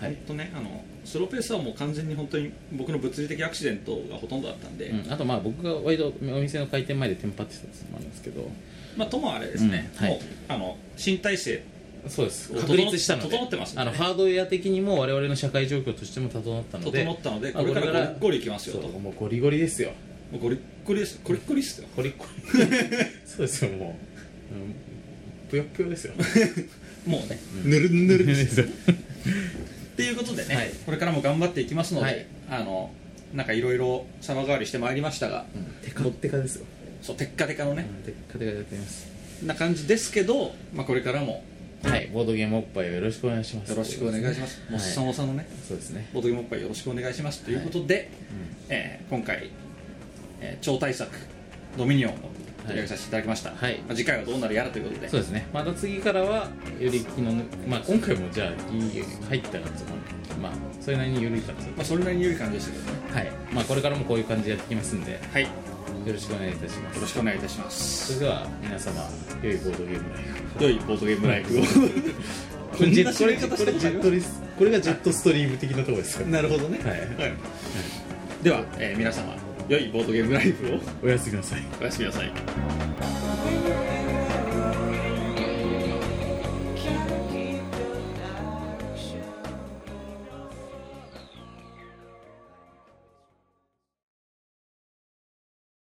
はい
本、当ねあのスローペースはもう完全に本当に僕の物理的アクシデントがほとんどだったんで、
うん、あとまあ僕が割とお店の開店前でテンパってたやつもあるんですけど
まあともあれですね、
うんはい
もうあの新体制
そうです
整っ
確立したので
整ってますよ
あ
ね
のハードウェア的にも我々の社会状況としても整ったので
整ったので
まあ
これからゴリッゴリいきますよと
そうもうゴリゴリですよ
もうゴリッゴリですゴリッゴリっすよ
ゴリゴリ そうですよもう、うん、ぷよぷよ ですよ
もうね
ぬるぬるですよ
っていうことでね、
はい
これからも頑張っていきますので、
はい
あのなんかいろいろ様変わりしてまいりましたが、
テカテカですよ
そうテッカテカのね、
テカテカでやってます
な感じですけど、まあ、これからも
はいボードゲームおっぱいをよろしくお願いします
よろしくお願いします、もっさん
はい
おさんのね
そうですね
ボードゲームおっぱいよろしくお願いしますということで、えー今回、えー超大作ドミニオンを取り上げさせていただきました、
はい
まあ、次回はどうなるやらということで
そうですねまた次からはより気の抜まあ今回もじゃあいい入ったやつもまあそれなりに緩い感じ
まあ、それなりに良い感じでしたけどね
はいまあこれからもこういう感じでやってきますんでよ
はいよ
ろしくお願いいたします
ろしくお願いいたします
それでは皆様良いボードゲームライフ
良いボードゲームライフを
こ
こ
れ
ん
ジェ
な
ット
締め方
こ
し
れ
た
ジェットリスこれがジェットストリーム的なところですよ
なるほどね
はい
では、えー皆様良いボードゲームライフを
おやすみなさい
おやすみなさい